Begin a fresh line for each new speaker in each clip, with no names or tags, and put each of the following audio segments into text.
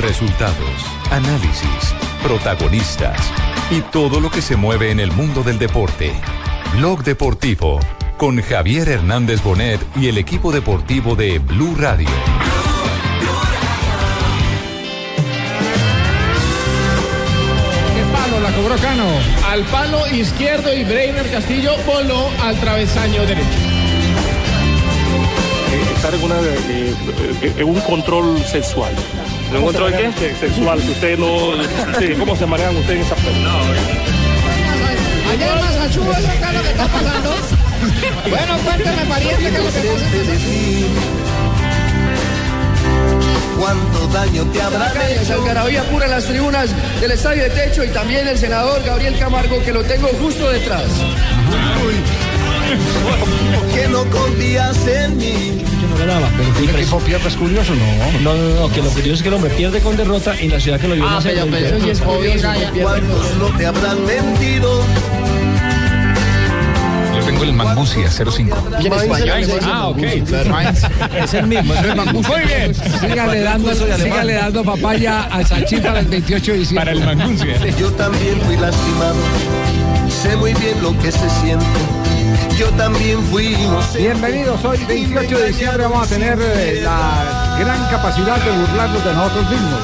Resultados, análisis, protagonistas y todo lo que se mueve en el mundo del deporte. Blog deportivo con Javier Hernández Bonet y el equipo deportivo de Blue Radio.
¿Qué palo la cobró Cano? Al palo izquierdo y Breiner Castillo voló al travesaño derecho.
estar en una, eh, eh, en un control sexual. ¿En un control qué? Sexual, que ustedes no... sí, ¿Cómo se manejan ustedes en esa eh,
Ayer más achudo es acá lo que está pasando. Bueno, cuéntame, pariente, que lo que pasa es que
¿Cuánto daño te habrá
calles, Algarabía apura las tribunas del estadio de techo y también el senador Gabriel Camargo, que lo tengo justo detrás.
que no confías en mí?
El equipo pierde es curioso, no. No, no, no, que lo curioso es que el hombre pierde con derrota en la ciudad que lo vio
Ah,
nacer,
pero,
lo
pero eso sí
inventó.
es jodido.
¿Cuántos no te habrán mentido?
Yo tengo el Mangucia 05.
En español.
Ah, ok. Es el mismo, es el Mangucia.
Muy bien.
Sígale dando, sígale dando papaya a Sachín para el 28 de diciembre.
el Manguncia.
Yo también fui lastimado. Sé muy bien lo que se siente. Yo también fui inocente.
Bienvenidos, hoy 28 de diciembre vamos a tener eh, la gran capacidad de burlarnos de nosotros mismos.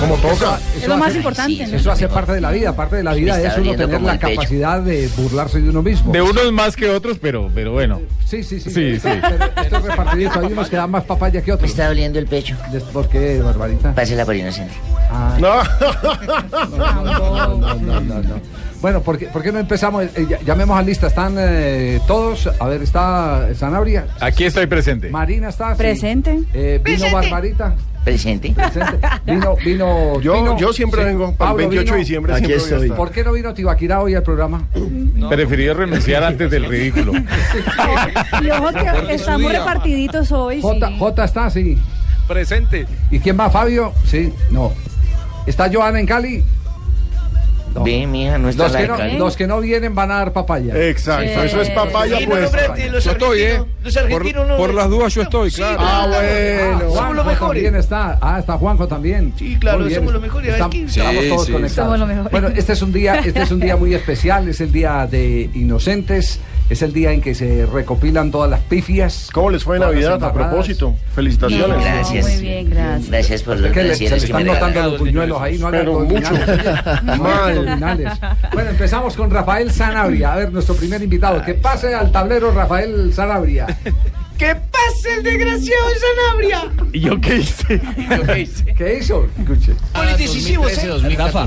Como toca.
Es lo más importante, ¿no?
Eso hace parte de la vida, parte de la vida es uno tener la capacidad de burlarse de uno mismo.
De unos más que otros, pero, pero bueno.
Sí, sí, sí.
Sí, sí.
Pero Esto es repartidito, hay unos que dan más papaya que
Me
otros.
está doliendo el pecho.
Des- ¿Por qué, Barbarita?
Pásela por inocente.
No, no, no, no. Bueno, ¿por qué, por qué no empezamos? Eh, ya- llamemos a lista. ¿Están eh, todos? A ver, ¿está Sanabria?
Aquí estoy presente.
Marina está. sí.
Presente.
Eh, vino Barbarita.
Presente.
Presente. Vino, vino.
Yo-
vino-
yo siempre vengo, para el
Pablo
28 de
vino.
diciembre siempre voy a estar.
¿Por qué no vino Tibaquirá hoy al programa?
Preferido renunciar antes del ridículo.
Y ojo que estamos repartiditos hoy.
J,
sí.
J está, sí.
Presente.
¿Y quién va? ¿Fabio? Sí, no. ¿Está Joana en Cali? No.
Ve, mija, no está
Los
la
que
de
no,
Cali.
los que no vienen van a dar papaya.
Exacto, eso es papaya pues.
Yo estoy, ¿eh? Los argentinos por, las dudas yo estoy, claro.
Ah,
Ah,
bueno.
Juanjo también está. Ah, está Juanjo también.
Sí, claro,
Muy bien.
somos los mejores.
Estamos,
Aquí-
estamos
Sí,
todos
sí.
conectados.
Somos los mejores.
Bueno, este es un día, este es un día muy especial, es el día de inocentes, es el día en que se recopilan todas las pifias.
¿Cómo les fue en
todas las
Navidad a
embarradas.
propósito?
Bien,
Felicitaciones.
gracias.
Muy bien, gracias.
Gracias por los
Es que le- se le
brasieres que me
están notando
regalaron.
los buñuelos ahí, no hagan
Pero
abdominales. No hagan
Mal.
abdominales. Bueno, empezamos con Rafael Sanabria. A ver, nuestro primer invitado. Que pase al tablero Rafael Sanabria.
¡Que pase el desgraciado Sanabria! ¿Y yo qué hice?
¿Qué hizo? Escuche.
Goles decisivos,
Rafa,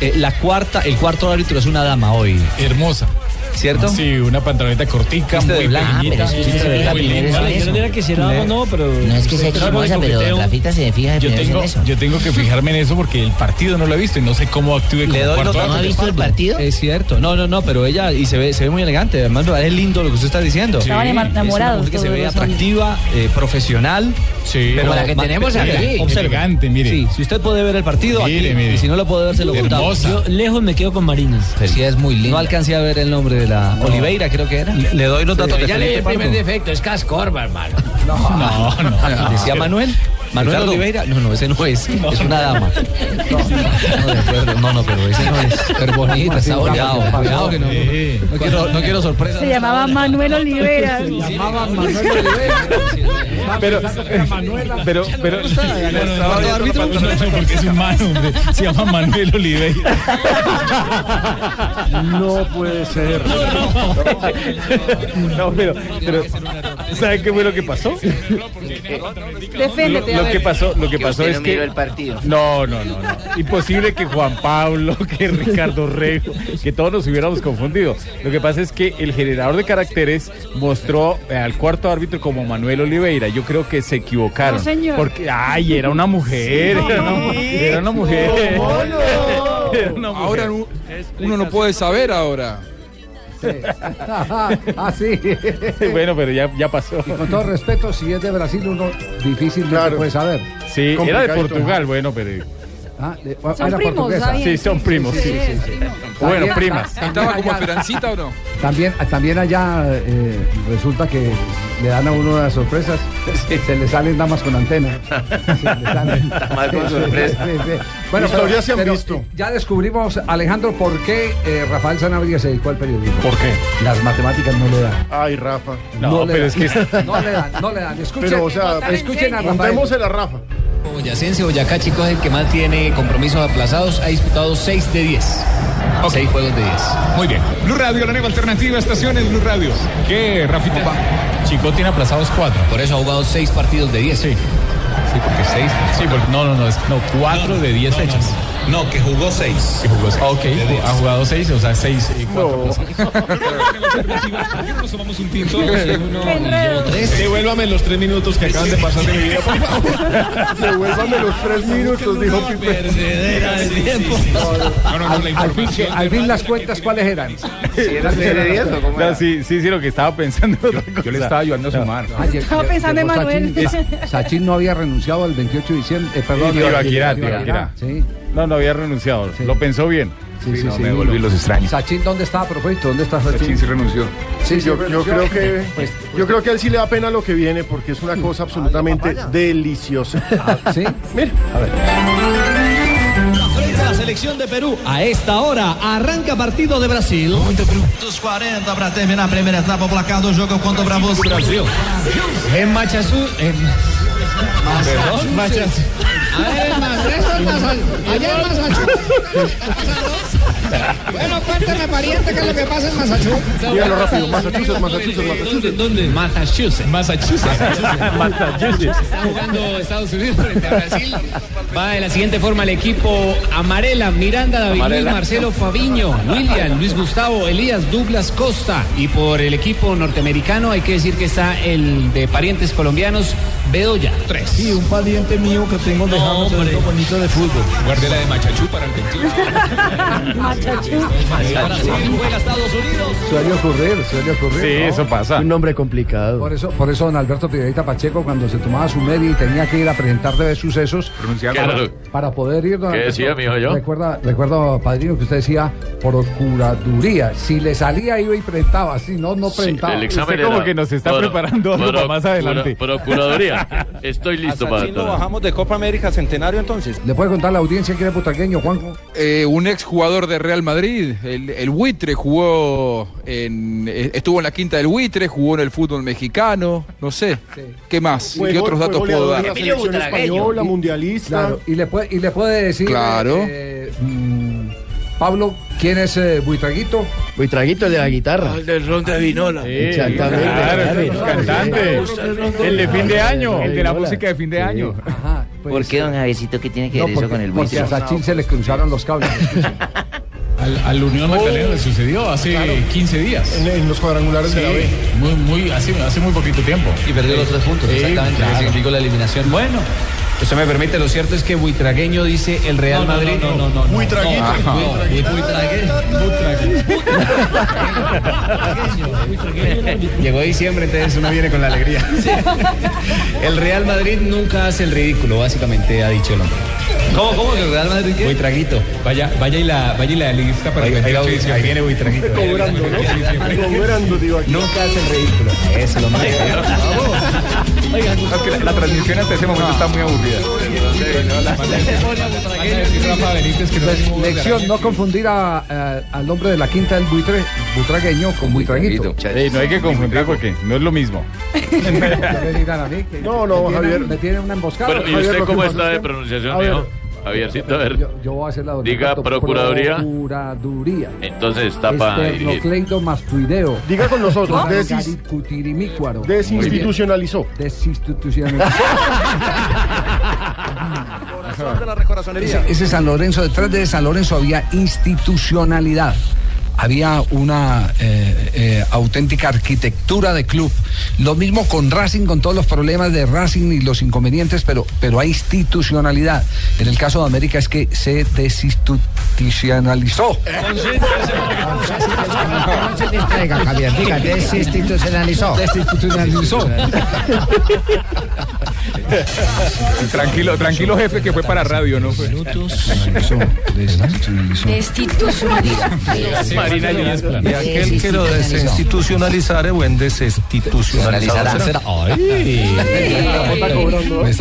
eh, la cuarta, el cuarto árbitro es una dama hoy,
Hermosa.
¿cierto?
Sí, una pantaloneta cortica,
Viste de
muy
blanco,
Ah,
pequeñita.
pero sí, viste de blanco,
muy
primero
linda.
es
Yo no diría que si era dama, no, pero.
No es que sea
pero algo de
chismosa, pero
coqueteo.
Rafita se fija
Yo
primero
tengo,
en eso.
yo tengo que fijarme en eso porque el partido no lo he visto y no sé cómo actúe como
Le doy
cuarto
los
¿No ha
árbitro.
visto el partido?
Es cierto, no, no, no, pero ella y se ve, se ve muy elegante, además es lindo lo que usted está diciendo.
Estaban
Sí,
Es una
enamorados.
mujer que se
todos
ve
los hombres.
atractiva, eh, profesional.
Sí.
pero
la que
ma-
tenemos
mira,
aquí.
observe.
Elegante, mire.
Sí, si usted puede ver el partido, aquí,
Mire, mire.
y si no lo puede ver, se lo contamos.
Hermosa. Yo
lejos me quedo con Marinas.
Sí, es muy
No
lindo.
alcancé a ver el nombre de la Oliveira, creo que era. Le, doy los datos
Ya leí el primer
defecto, es Cascorba, hermano.
No, no.
Decía Manuel. Manuel
Ricardo.
Oliveira, no, no, ese no es, es una dama. No, no, de acuerdo, no, no, pero ese no es. Pero bonita, está
Cuidado,
bonita. Cuidado que no.
Sí.
No quiero, no quiero sorpresas.
Se llamaba Manuel Olivera.
Llamaba Manuel Oliveira.
Pero,
Manuela.
pero, pero,
no, no, no, no, árbitro.
no, no, no, porque es humano, hombre. Se llama Manuel Oliveira.
No puede ser.
No, pero, pero,
¿Saben qué fue lo que pasó?
Defiéndete,
Lo,
a
lo
ver.
que pasó, lo que pasó
usted
es
no
que
miró el partido.
No, no, no, no. Imposible que Juan Pablo, que Ricardo Rego, que todos nos hubiéramos confundido. Lo que pasa es que el generador de caracteres mostró al cuarto árbitro como Manuel Oliveira. Yo creo que se equivocaron.
No, señor.
Porque ay, era una mujer, era una, mu- era una mujer. Era una mujer.
Ahora nu- uno no puede saber ahora.
ah, sí.
Bueno, pero ya, ya pasó.
Con todo respeto, si es de Brasil, uno difícil no puede saber.
Sí, era de
Complicadito.
Portugal, bueno, pero
Ah, de-
Son
era
primos,
portuguesa.
está bien.
Sí, son primos, sí, sí, sí. Bueno,
También-
primas.
¿Cantaba como Esperancita o no?
También, también allá eh, resulta que le dan a uno las sorpresas, se le salen damas con antena.
Mal con sorpresa.
Sí, sí. Bueno,
Historias
pero-
se han
pero,
visto.
eh, Ya descubrimos, Alejandro, por qué eh, Rafael Sanabria se dedicó al periodismo.
¿Por qué?
Las matemáticas no le dan.
Ay, Rafa.
No,
le
pero es
dan.
que es-
No le dan, no le dan. Escuchen,
Pero, o sea,
escuchen a Rafael.
Contemos la Rafa.
Boyacense, Boyacá, chicos, es el que más tiene compromisos aplazados. Ha disputado 6 de 10. 6 juegos de 10.
Muy bien. Blue Radio, la nueva alternativa, estaciones Blue Radio. ¿Qué, Rafita? Chico tiene aplazados cuatro. Por eso ha jugado seis partidos de diez. Sí. Sí, porque seis. Sí, porque no, no, no, es, no cuatro de diez fechas. No, que jugó seis. Que jugó seis. Ok, ha jugado seis, o sea, seis y cuatro.
Nos tomamos un tinto.
Devuélvame los tres minutos que acaban de pasar de mi vida, por favor.
Devuélvame los tres minutos, dijo
Perdedera de tiempo.
Al, al fin, que- al fin las cuentas, ¿cuáles eran?
No, sí, sí, sí, lo que estaba pensando. Yo,
le estaba
ayudando a sumar.
Estaba pensando en
llegó
Manuel.
Sachin, Sachin no había renunciado al 28 de diciembre. eh, perdón,
Ibaquirá,
Ibaquirá.
Ibaquirá.
Sí.
No, no había renunciado. Lo pensó bien.
Sí, sí,
no,
sí,
me
no.
volví los extraños.
Sachin, ¿dónde está, propósito? ¿Dónde está Sachin?
Sachin sí renunció.
Sí,
yo, yo
renunció.
creo que
Pues, Ah,
yo creo que a él sí le da pena lo que viene porque es una cosa absolutamente deliciosa.
¿Sí?
Mira,
La selección de Perú a esta hora arranca partido de Brasil. Dos 40 para terminar a primeira etapa, o placar do jogo eu conto para você. Brasil.
En Machazú. En...
Perdón,
Machazú.
Allá en Massachusetts. Bueno, cuéntame, pariente, qué es lo que pasa en Massachusetts.
dígalo rápido. Massachusetts, Massachusetts,
¿Dónde? ¿Dónde? Massachusetts. Massachusetts. Está jugando Estados Unidos frente a Brasil. Va de la siguiente forma el equipo Amarela, Miranda, David Luis,
Amarela.
Marcelo, Fabiño, William, Luis Gustavo, Elías, Douglas, Costa. Y por el equipo norteamericano hay que decir que está el de parientes colombianos, Bedoya. Tres.
Sí, un pariente mío que tengo dejando
hombre.
todo bonito de fútbol.
Guardela de Machachú para Argentina.
Brasil juega a Estados Unidos.
Suele ocurrir, suele ocurrir.
Sí, eso pasa.
Un nombre complicado. Por eso, por eso don Alberto Piedrita Pacheco, cuando se tomaba su media y tenía que ir a presentar de sucesos,
Claro.
para, para poder ir. don
¿Qué
Alberto,
decía, mijo, yo?
Recuerda, recuerdo, padrino, que usted decía procuraduría. Si le salía, iba y presentaba. Si no, no presentaba.
El examen
Usted como
era-
que nos está preparando algo para más adelante.
procura- procuraduría. Estoy listo para
Así no
todo.
bajamos de Copa América Centenario entonces.
¿Le puede contar a la audiencia que era butaqueño, Juanjo?
Eh, un exjugador de Real Madrid, el, el buitre, jugó en, eh, estuvo en la quinta del buitre, jugó en el fútbol mexicano, no sé. ¿Qué más?
Fue
¿Qué
gol-
otros
fue
datos puedo
goleador de
dar?
la selección española, mundialista.
Claro, y le puede, y le puede decir.
Claro.
eh, mm, Pablo, ¿quién es eh, Buitraguito? Buitraguito, el de la guitarra.
El del ron de Vinola.
Exactamente.
Claro,
Claro,
el cantante. El de fin de año, el de la música de fin de año.
¿Por qué, don Javiercito, qué tiene que
No,
ver eso
porque,
con el
porque
buitre?
a Sachin se le cruzaron los cables.
Al, al Unión Magdalena le sucedió hace 15 días. Oh. Ah, En, los cuadrangulares
de la B.
Muy, muy, hace, hace muy poquito tiempo.
Y perdió los tres puntos,
Sí,
exactamente.
claro.
que significó la eliminación. Bueno, usted me permite, lo cierto es que Buitragueño dice el Real
No, no,
Madrid.
no, no,
no.
Buitraguito.
Ajá.
Buitraguito.
Llegó diciembre, entonces uno viene con la alegría. El Real Madrid nunca hace el ridículo, básicamente ha dicho el hombre. ¿Cómo, cómo? ¿El Real Madrid qué? Buitraguito. Vaya, vaya y la, vaya y la lista
para
ahí,
el
ahí va
28 de
Bui-
diciembre.
ahí viene Buitraguito.
Cobrando, ¿no?
Cobrando, digo aquí.
Nunca hace el ridículo. Es el hombre.
No, que la, la transmisión hasta ese momento está muy aburrida.
Pues, lección, no confundir a, a- al hombre de la quinta del buitre, butragueño, con buitraguito.
Ey, no hay que confundir porque no es lo mismo.
Ya me dirán a mí que
No, no,
me tienen-
Javier.
Me tiene una emboscada.
Bueno, ¿y
Javier,
usted
lo que
cómo
pasa
está
es
de
que-
pronunciación,
a ver,
mijo?
Javiercito, a ver.
Yo voy a hacer la doble
Diga
cuarto.
Procuraduría.
Procuraduría.
Entonces está para dirigir.
Esternocleido Mastuideo.
Diga con nosotros, desis-
Cutirimicuaro.
Desinstitucionalizó.
Desinstitucionalizó.
de la recorazonería.
Ese San Lorenzo, detrás de San Lorenzo había institucionalidad. Había una eh, eh, auténtica arquitectura de club. Lo mismo con Racing, con todos los problemas de Racing y los inconvenientes, pero, pero hay institucionalidad. En el caso de América es que se desinstitucionalizó.
No se distraiga, Javier. Diga, desinstitucionalizó.
Desinstitucionalizó.
Tranquilo, tranquilo jefe que fue para radio, ¿no? fue?
Destitucionalizó.
Marina Yuyes Plan.
Y aquel que lo desinstitucionalizare o en desinstitucionalizar será.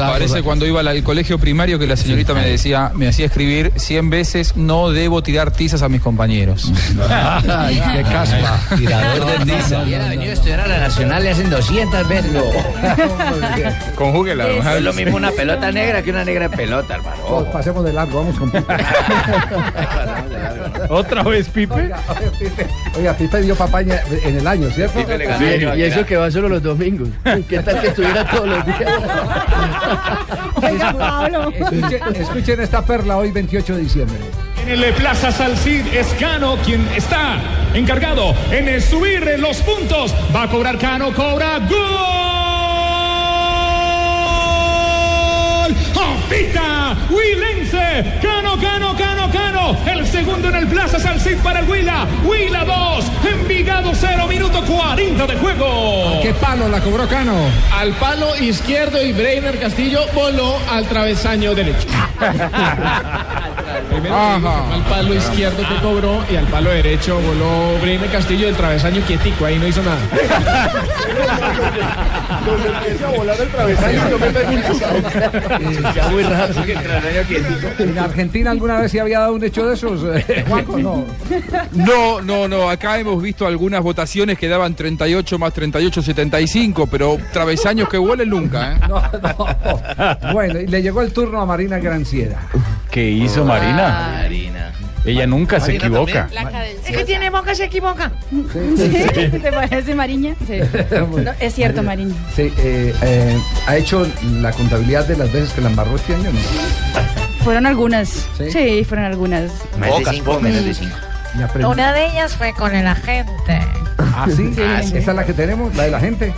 Parece cuando iba al, al colegio primario que la señorita me decía, me hacía escribir 100 veces, no debo tirar tizas a mis compañeros.
Ay, qué caspa.
Tirador de tiza.
Hubiera venido a estudiar a la Nacional, le hacen 200 veces.
Conjúguela, don
No es
Javi.
lo mismo una pelota negra que una negra pelota, hermano.
Pues Pasemos de largo, vamos con Pipe.
¿Otra vez, Pipe?
Oiga, Pipe dio papaña en el año, ¿cierto?
y eso que va solo los domingos. ¿Qué tal que estuviera todos los días?
Oiga, Pablo. Escuchen, escuchen esta perla hoy, 28 de diciembre.
En el Plaza Salcid es Cano quien está encargado en el subir los puntos. Va a cobrar Cano, cobra gol. ¡Opita! Huilense. Cano, Cano, Cano, Cano. El segundo en el Plaza Salcid para el Huila. Huila 2. Envigado 0. Minuto 40 de juego. ¿A qué palo la cobró Cano? Al palo izquierdo y Breiner Castillo voló al travesaño derecho. Primero digo que fue al palo izquierdo que cobró y al palo derecho voló Breiner Castillo del travesaño quietico, ahí no hizo nada.
¿En Argentina alguna vez se había dado un hecho de esos? eh, Juanjo, no.
No, no, no. Acá hemos visto algunas votaciones que daban 38 más 38, 75, pero travesaños que huelen nunca, ¿eh?
Bueno, y le llegó el turno a Marina Granciera.
¿Qué hizo Marina? Ella nunca se
Marina
equivoca.
Es que tiene boca, se equivoca. ¿Te parece, Mariña? No, es cierto, Mariña.
Sí, eh, eh, ¿Ha hecho la contabilidad de las veces que la embarró este año? No?
Fueron algunas. ¿Sí? fueron algunas.
Más de Pocas, cinco, pocas. menos de cinco. Ya aprendí.
Una de ellas fue con el agente.
¿Ah, sí? ¿Esa es la que tenemos? ¿La de la gente?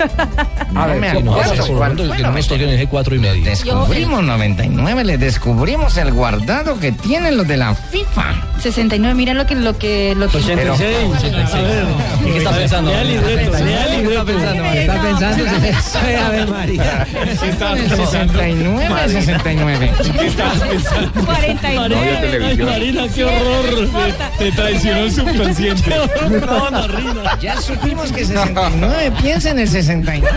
A ver,
me
sí,
acuerdo.
¿cuánto?
¿Cuánto?
Bueno,
no me estoy en el 4 y medio. Descubrimos 99, les descubrimos el guardado que tienen los de la FIFA.
69, mira lo que lo que lo que
86, 86.
¿En qué está pensando? Lea el libreto, lea el libreto.
Está pensando,
A ver, María.
Está en el 69, 69.
49.
Marina, qué horror. Te, te traicionó el subconsciente.
Ya supimos que 69, piensa en el 69.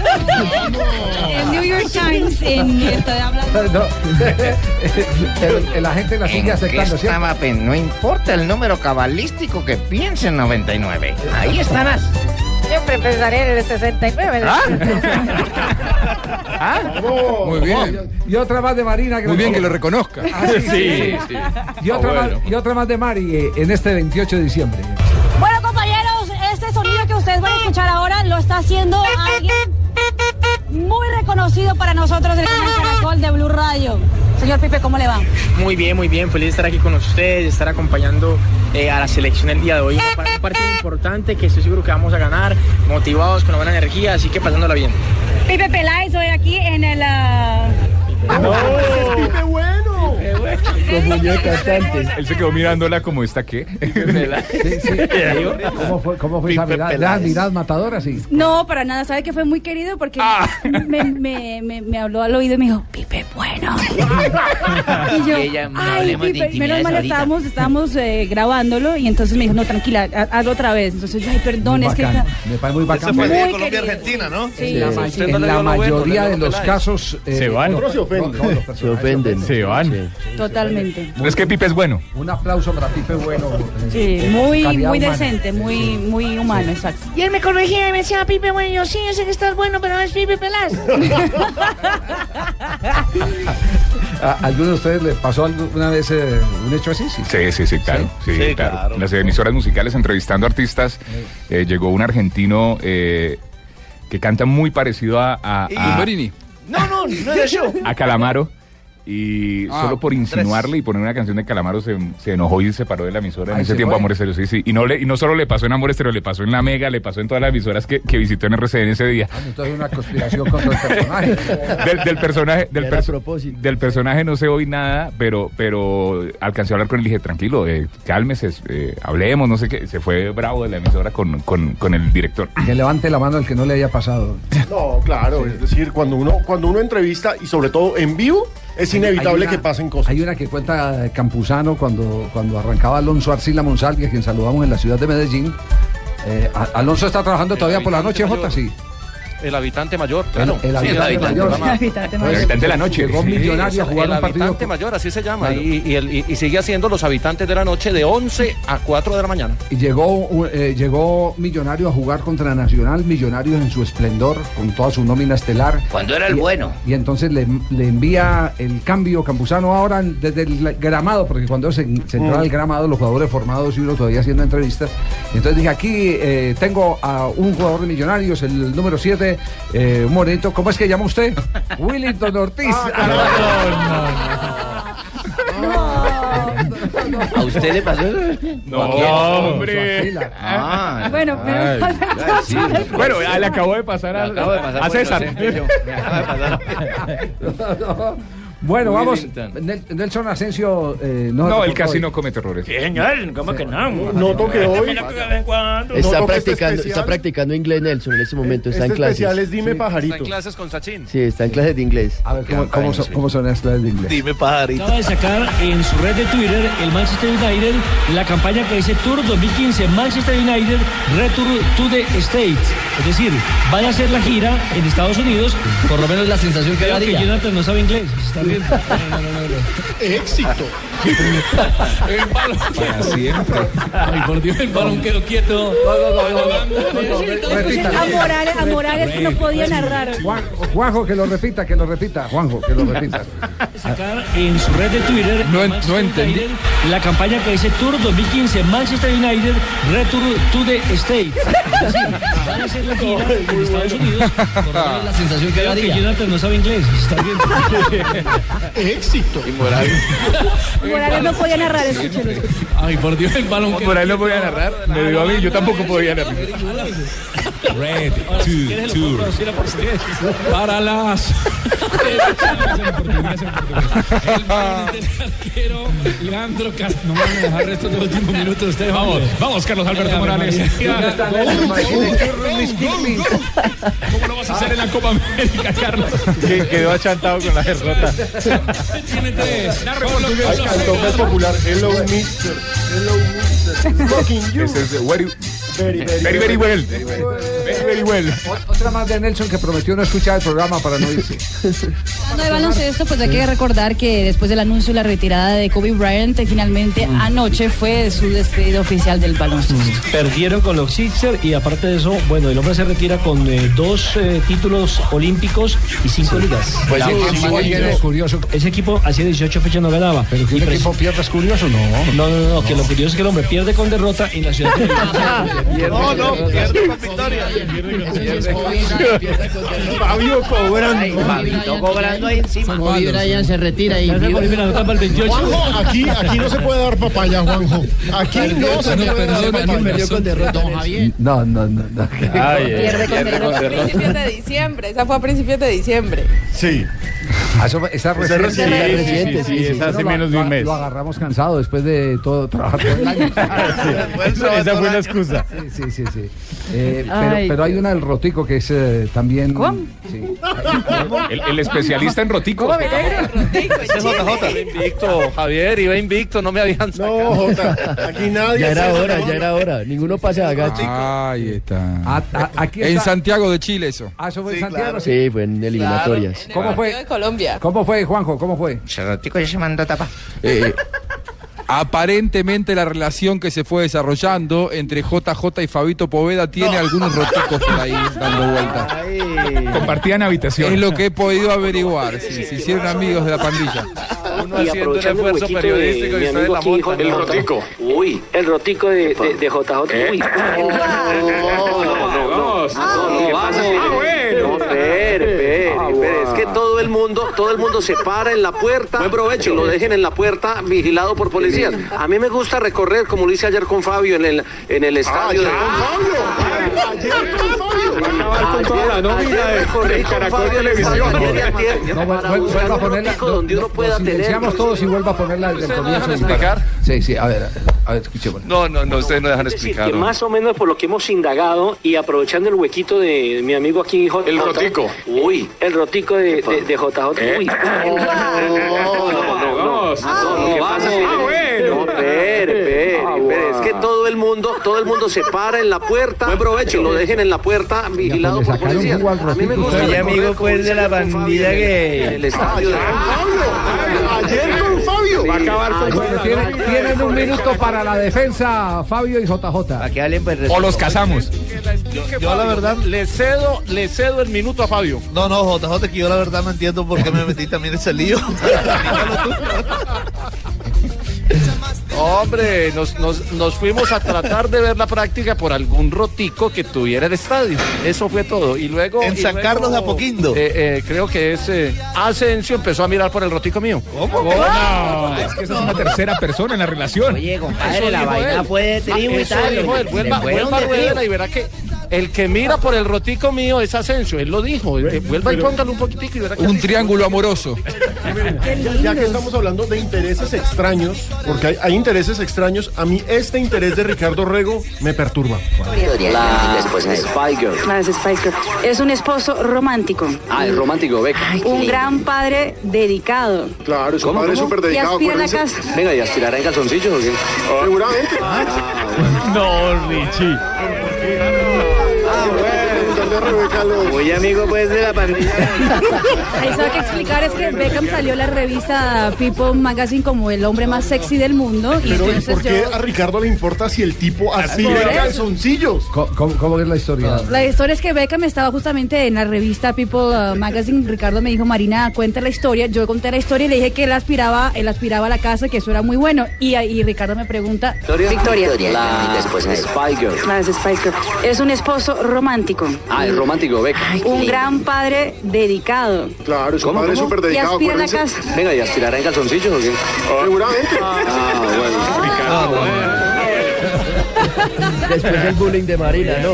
El New York Times en está hablando.
el, el agente la sigue
¿En
aceptando,
qué
¿cierto?
estaba pen- no importa el número cabalístico que piense en 99. Ahí estarás.
Siempre pensaré en el 69.
Ah.
Muy bien.
Y otra más de Marina
Muy bien que
Granciera.
lo reconozca.
Ah, sí, sí, sí. Ah, Y otra,
bueno.
más, y otra más de Mari eh, en este 28 de diciembre.
Bueno, compañeros, este sonido que ustedes van a escuchar ahora lo está haciendo alguien muy reconocido para nosotros en el Caracol de Blue Radio. Señor Pipe, ¿cómo le va?
Muy bien, muy bien. Feliz de estar aquí con ustedes, de estar acompañando eh, a la selección el día de hoy. Para un partido importante que estoy seguro que vamos a ganar, motivados, con la buena energía, así que pasándola bien.
Pipe Peláez, hoy aquí en el... ah,
Con muñecas cantantes. Él se quedó mirándola como esta qué.
¿Cómo fue, cómo fue esa mirada? ¿La mirada matadora? Sí.
No, para nada, sabe que fue muy querido porque me, me, me, me habló al oído y me dijo, Pipe, bueno. y yo,
Ella, no
ay,
hablemos de
Pipe, menos
intimidades
mal
ahorita.
estábamos, estábamos eh, grabándolo y entonces me dijo, no, tranquila, ha- hazlo otra vez. Entonces yo, ay, perdón,
Muy
es que...
bacán. Me parece muy bacán.
Eso fue el de
Muy
Colombia,
querido.
Argentina, ¿no? Sí.
En la, ma-
Usted no
en
le
la
dio lo bueno,
mayoría
le dio
de
lo
los
peláis.
casos... eh,
Se van.
no, no, los
Se ofenden. Se van.
Totalmente.
Es que Pipe es bueno.
Un aplauso para Pipe Bueno.
Sí, muy, muy decente, muy, muy humano, exacto.
Y él me corregía y me decía, Pipe, bueno, yo sí, yo sé que estás bueno, pero no es Pipe Pelás.
¿A alguno de ustedes le pasó alguna vez eh, un hecho así? Sí,
Sí, sí, sí, claro. Sí, claro. En las emisoras musicales entrevistando artistas, eh, llegó un argentino eh, que canta muy parecido a, a, a-
No, no, no era yo.
a Calamaro. Y
Ah,
solo por insinuarle y poner una canción de Calamaro se, se enojó y se paró de la emisora en
Ahí
ese
se
tiempo
fue.
Amor Estéreo. Sí, sí. Y no, le, y no solo le pasó en Amor Estéreo, le pasó en La Mega, le pasó en todas las emisoras que, que visitó en RCN ese día.
Entonces una conspiración contra el personaje.
Del, del personaje del,
Ya era a
perso- del personaje no sé hoy nada, pero pero alcancé a hablar con él y dije, tranquilo, eh, cálmese, eh, hablemos, no sé qué. Se fue bravo de la emisora con, con, con el director.
Que levante la mano el que no le haya pasado.
No, claro, es decir, cuando uno, cuando uno entrevista y sobre todo en vivo, es inevitable
Hay una-
que pasen cosas.
Hay una que cuenta Campuzano cuando, cuando arrancaba Alonso Arcila Monsalve, a quien saludamos en la ciudad de Medellín. Eh, a- Alonso está trabajando todavía por la noche, Jota, sí.
El habitante mayor,
El,
claro.
el
Sí,
habitante mayor.
El habitante de la noche.
Llegó millonario a jugar
el
un partido.
habitante mayor, así se llama.
Claro.
Y, y el- y- y sigue haciendo los habitantes de la noche de 11 a 4 de la mañana.
Y llegó, uh, eh, llegó Millonario a jugar contra Nacional, Millonarios en su esplendor, con toda su nómina estelar.
Cuando era el
Y-
bueno.
Y entonces le, le envía el cambio Campuzano ahora en- desde el gramado, porque cuando se, se entraba
Mm.
al gramado, los jugadores formados y uno todavía haciendo entrevistas. Entonces dije, aquí eh, tengo a un jugador de Millonarios, el número 7, eh, un morenito. ¿Cómo es que llama usted? Willington Ortiz.
Ah,
¿A usted le pasó?
No, hombre.
Ah,
Bueno,
Ay,
pero...
ay, sí. Bueno, ah, le acabo de pasar a,
Le acabo de pasar,
a
bueno,
César.
siempre yo.
Bueno,
Muy
vamos.
bien,
Nel- Nelson Asensio. eh, no,
No,
reportó
él casi
hoy.
no comete errores.
¿cómo que no?
Noto que hoy
Está,
noto que este
practicando,
especial-
está practicando inglés Nelson en este momento, está
este
en clases.
especial es Dime
Sí.
Pajarito.
clases con Sachin.
Sí, está en clases de inglés.
A ver, ¿cómo, cómo son, cómo son las clases de inglés?
Dime, pajarito.
Acaba de sacar en su red de Twitter el Manchester United la campaña que dice Tour 2015 Manchester United Return to the States. Es decir, van a hacer la gira en Estados Unidos.
Por lo menos la sensación que
Creo que
daría.
Jonathan no sabe inglés. Está bien.
Éxito.
El balón.
Para
siempre.
Ay, por Dios, el balón quedó quieto.
A Morales, a Morales no podía narrar.
Juan- Juanjo, que lo repita, que lo repita. Juanjo, que lo repita.
sacar en su red de Twitter
No en-
Manchester
no entendí.
United, la campaña que dice Tour 2015 Manchester United Return to the States. Es decir, van a hacer la gira en Estados Unidos. Por lo menos la sensación que
Creo que
daría. Jonathan no sabe inglés. Está bien. Éxito. Y Morales.
Morales no podía narrar, escúchelo.
Ay, por Dios, el balón
Por ahí lo podía narrar. Me dio a mí, yo tampoco podía narrar.
Red Tour. Para las. Leandro Castro. No me van a dejar restos de los últimos minutos. Ustedes vamos.
Vamos, Carlos Alberto Morales.
¿Dónde está Nelson Martínez?
¿Cómo lo vas a hacer en la Copa América, Carlos?
Que quedó achantado con la derrota.
Tiene tres.
Cantó es popular. Hello, mister. Hello, mister. Fucking you.
Ese es, where you-
Very,
Very, very well. Very, very well.
Ot- Otra más de Nelson que prometió no escuchar el programa para no irse.
Hablando de baloncesto, pues hay que recordar que después del anuncio de la retirada de Kobe Bryant, eh, finalmente
Mm.
anoche fue su despedida oficial del baloncesto.
Perdieron con los Sixers y aparte de eso, bueno, el hombre se retira con eh, dos eh, títulos olímpicos y cinco ligas.
Pues
La
sí,
campaña
sí, sí,
que-
es curioso.
Ese equipo hacía 18 fechas no ganaba. Pero
que un equipo pierda es curioso, no.
No, no, no, que lo curioso es que el hombre pierde con derrota en la ciudad de
No, no, pierde con victoria. Fabio cobrando. Fabio cobrando ahí encima.
Kobe Bryant se retira y...
Juanjo, aquí, aquí no se puede dar papaya, Juanjo. Aquí no se
No,
puede
pero
dar
no,
papaya.
no, perdió con derrota.
Don Javier.
No, no, no. no.
Pierde con derrota. A principios de diciembre, esa fue a principios de diciembre.
Sí. Ah, Esa
Esa es
reciente. Esa
reciente, sí,
reciente,
sí, sí, esa hace
Lo-
menos de un
lo-
mes.
Lo agarramos cansado después de todo trabajar todo el año.
Esa fue la excusa.
Sí, sí, sí. sí. Eh, pero,
Ay.
pero hay una del Rotico que es eh, también. ¿Cómo?
El, el especialista en rotico.
Ese es JJ. Iba invicto, Javier, iba invicto, no me habían No,
Jota, aquí nadie.
Ya era
se-
hora, ya era hora. Ninguno pasa a gato.
Ahí está.
Ah, aquí
En
está.
Santiago de Chile eso.
Ah, eso fue en
Sí,
Santiago.
claro.
sí.
Sí, fue en eliminatorias.
¿Cómo fue?
De Colombia.
¿Cómo fue, Juanjo? ¿Cómo fue?
Ese rotico ya se mandó a tapar.
Eh,
Aparentemente la relación que se fue desarrollando entre JJ y Fabito Poveda tiene algunos roticos por ahí dando vuelta.
Compartían habitación.
Es lo que he podido averiguar, si se hicieron amigos de la pandilla.
Uno haciendo un esfuerzo periodístico y usted la monta. El rotico.
Uy, el rotico de, de, de JJ.
¿Eh?
Uy.
¿Qué pasa? Ah, bueno.
Espere, espere, espere. Es que todo el mundo, todo el mundo se para en la puerta. Buen provecho. lo dejen en la puerta vigilado por policías. A mí me gusta recorrer, como lo hice ayer con Fabio en el, en
Ah,
el estadio. de...
No, vuel- vuel- vuelva a ponerla. Donde uno pueda Silenciamos todos
pues,
y vuelva a ponerla desde el comienzo.
explicar?
Sí, sí, a ver, a ver, escuchemos.
No, no, no, ustedes no dejan
Es decir, que
explicar.
más o menos por lo que hemos indagado y aprovechando el huequito de mi amigo aquí, J
El rotico. ¿Eh?
Uy, el rotico de, de, de JJ. Uy. No, espere, espere, espere. Es que todo el mundo, todo el mundo se para en la puerta. Buen provecho. Lo dejen en la puerta vigilado por policías. A mí me gusta.
Oye,
recorrer
amigo,
como
pues de
dice
la
con Fabio
bandida
en-
gay.
en el estadio de-
Ayer con
Ah,
Fabio. Va a acabar
Ah,
con
Bueno, tienen, tienen un minuto para la defensa, Fabio y JJ.
pues,
O los casamos.
Yo la verdad le cedo, le cedo el minuto a Fabio. No, no, JJ, que yo la verdad no entiendo por qué me metí también en ese lío.
Hombre, nos, nos, nos fuimos a tratar de ver la práctica por algún rotico que tuviera el estadio. Eso fue todo. Y luego.
En
y
San
luego,
Carlos de Apoquindo.
eh, eh, creo que ese Asensio empezó a mirar por el rotico mío.
¿Cómo? No, es que esa es una tercera persona en la relación. Oye,
Eso dijo él. Ah, eso dijo él. Vuelva, vuelva a Rueda y verá que el que mira por el rotico mío es Asensio. Él lo dijo. Eh, Vuelva y
pero-
póngale un poquitico y verá que.
Un triángulo amoroso.
Ya que estamos hablando de intereses extraños, porque hay, hay intereses extraños, a mí este interés de Ricardo Rego me perturba.
Las Spice Girls. Es un esposo romántico.
Ah, es romántico,
Beck. Un gran padre dedicado.
Claro,
¿Cómo, cómo? Y aspira a la casa. Venga, ¿y aspirará en calzoncillos o qué? Oh,
Seguramente.
No, Richie.
Ah,
Ah,
Muy amigo, pues, de la pandilla.
Eso hay que explicar es que Beckham salió en la revista People Magazine como el hombre más sexy del mundo. Y
Pero ¿y
entonces
por qué
yo.
a Ricardo le importa si el tipo
Por
aspira
eso.
a calzoncillos? Ah.
¿Cómo, es la historia?
La historia es que Beckham estaba justamente en la revista People uh, Magazine. Ricardo me dijo, Marina, cuenta la historia. Yo conté la historia y le dije que él aspiraba, él aspiraba a la casa, que eso era muy bueno. Y, ahí Ricardo me pregunta,
Victoria. Después Spice Girls. Las Spice Girls. Es un esposo romántico. Ah, es romántico, Beck. Un gran padre dedicado.
Claro,
¿Cómo,
padre
cómo?
súper dedicado,
Y aspira a la
acuérdense.
casa. Venga, ¿y aspirará en calzoncillos o qué?
Ah,
Seguramente.
Ah.
Después del bullying de Marina, ¿no?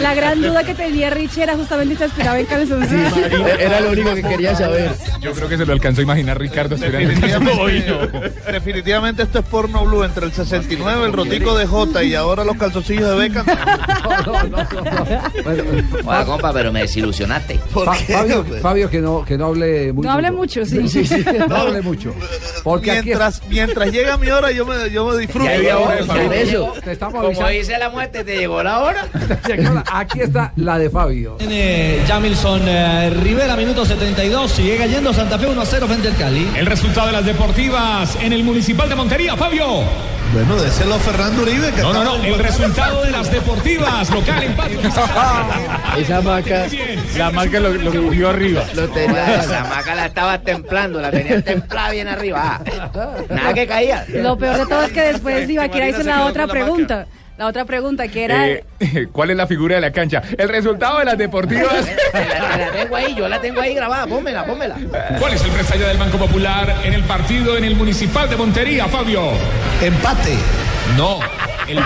la gran duda que tenía Richie era justamente si aspiraba en calzoncillos.
Era lo único que quería saber.
Yo creo que se lo alcanzó a imaginar Ricardo.
Definitivamente esto es porno blue entre el 69, el rotico de J y ahora los calzoncillos de Beca.
Hola, compa, pero me desilusionaste.
Fa- Fabio, Fabio, que no, que no hable mucho.
No hable mucho, sí.
No hable mucho. Porque aquí
mientras, mientras llega mi hora, yo me, yo me disfruto.
Ya llegó, por eso. Te estamos avisando.
la muerte, te llegó la hora.
Aquí está la de Fabio.
Tiene Jamilson eh, Rivera, minuto 72. Sigue cayendo Santa Fe 1 a 0 frente al Cali.
El resultado de las deportivas en el Municipal de Montería, Fabio.
Bueno, déselo a Fernando Uribe. Que
No, no,
está-
no. El resultado de las deportivas. Local empate.
Esa maca.
La marca lo, lo cogió arriba.
Esa maca la estaba templando, la tenía templada bien arriba. ah. Nada que caía.
Lo peor de todo es que
Pues,
después
Eh, Que
Ibaquira
Marina
hizo
se
la
quedó
otra
con la
pregunta. La otra pregunta que era...
Eh, ¿Cuál es la figura de la cancha? El resultado de las deportivas.
La, la tengo ahí, yo la tengo ahí grabada, pónmela, pónmela.
¿Cuál es el presagio del Banco Popular en el partido en el Municipal de Montería, Fabio?
Empate.
No. El...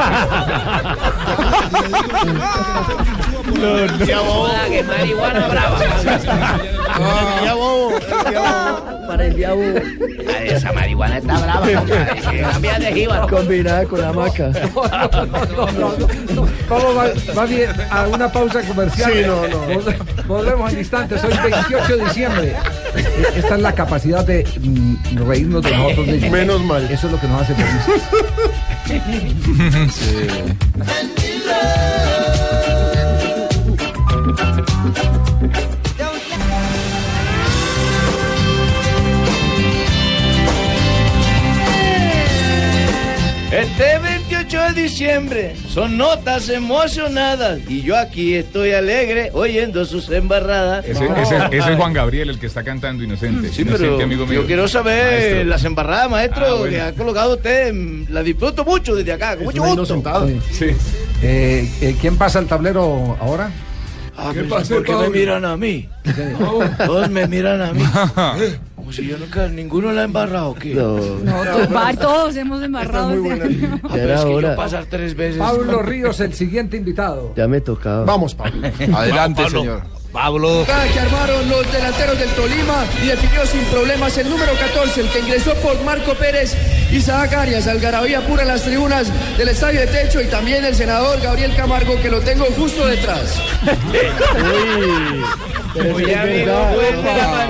Ya bobo. Que marihuana brava. Ya bobo. Para el diablo.
uh.
Esa marihuana está brava.
Cambia de jíbaro. Combinada con la maca.
¿Cómo va, va bien? A una pausa comercial.
Sí, no, no.
Vol- Volvemos al instante, soy 28 de diciembre. E- Esta es la capacidad de mm, reírnos de nosotros. mismos.
Menos mal.
Eso es lo que nos hace felices.
Este 28 de diciembre son notas emocionadas y yo aquí estoy alegre oyendo sus embarradas.
Ese, ese- ese es Juan Gabriel el que está cantando Inocente.
Sí,
Inocente,
pero
amigo mío.
yo quiero saber
Maestro.
las embarradas, maestro,
Ah, bueno.
que ha colocado usted. mm, La disfruto mucho desde acá, con mucho gusto.
Eh, eh, ¿Quién pasa el tablero ahora?
Ah,
¿Qué
pues,
pasa,
¿Por qué me
Pablo?
miran a mí? Todos me miran a mí. Como si yo nunca, ninguno la ha embarrado, ¿o ¿qué? Ah, No,
No, todos, todos hemos embarrado. este año.
Ah, pero es que
ahora.
yo pasar tres veces.
Pablo Ríos, el siguiente invitado.
Ya me tocaba. Vamos, Pablo.
Adelante, Vamos, Pablo. señor.
Pablo.
Jugada que armaron los delanteros del Tolima y definió sin problemas el número 14, el que ingresó por Marco Pérez, Isaac Arias, Algarabía pura en las tribunas del estadio de techo y también el senador Gabriel Camargo, que lo tengo justo detrás.
Uy, es verdad.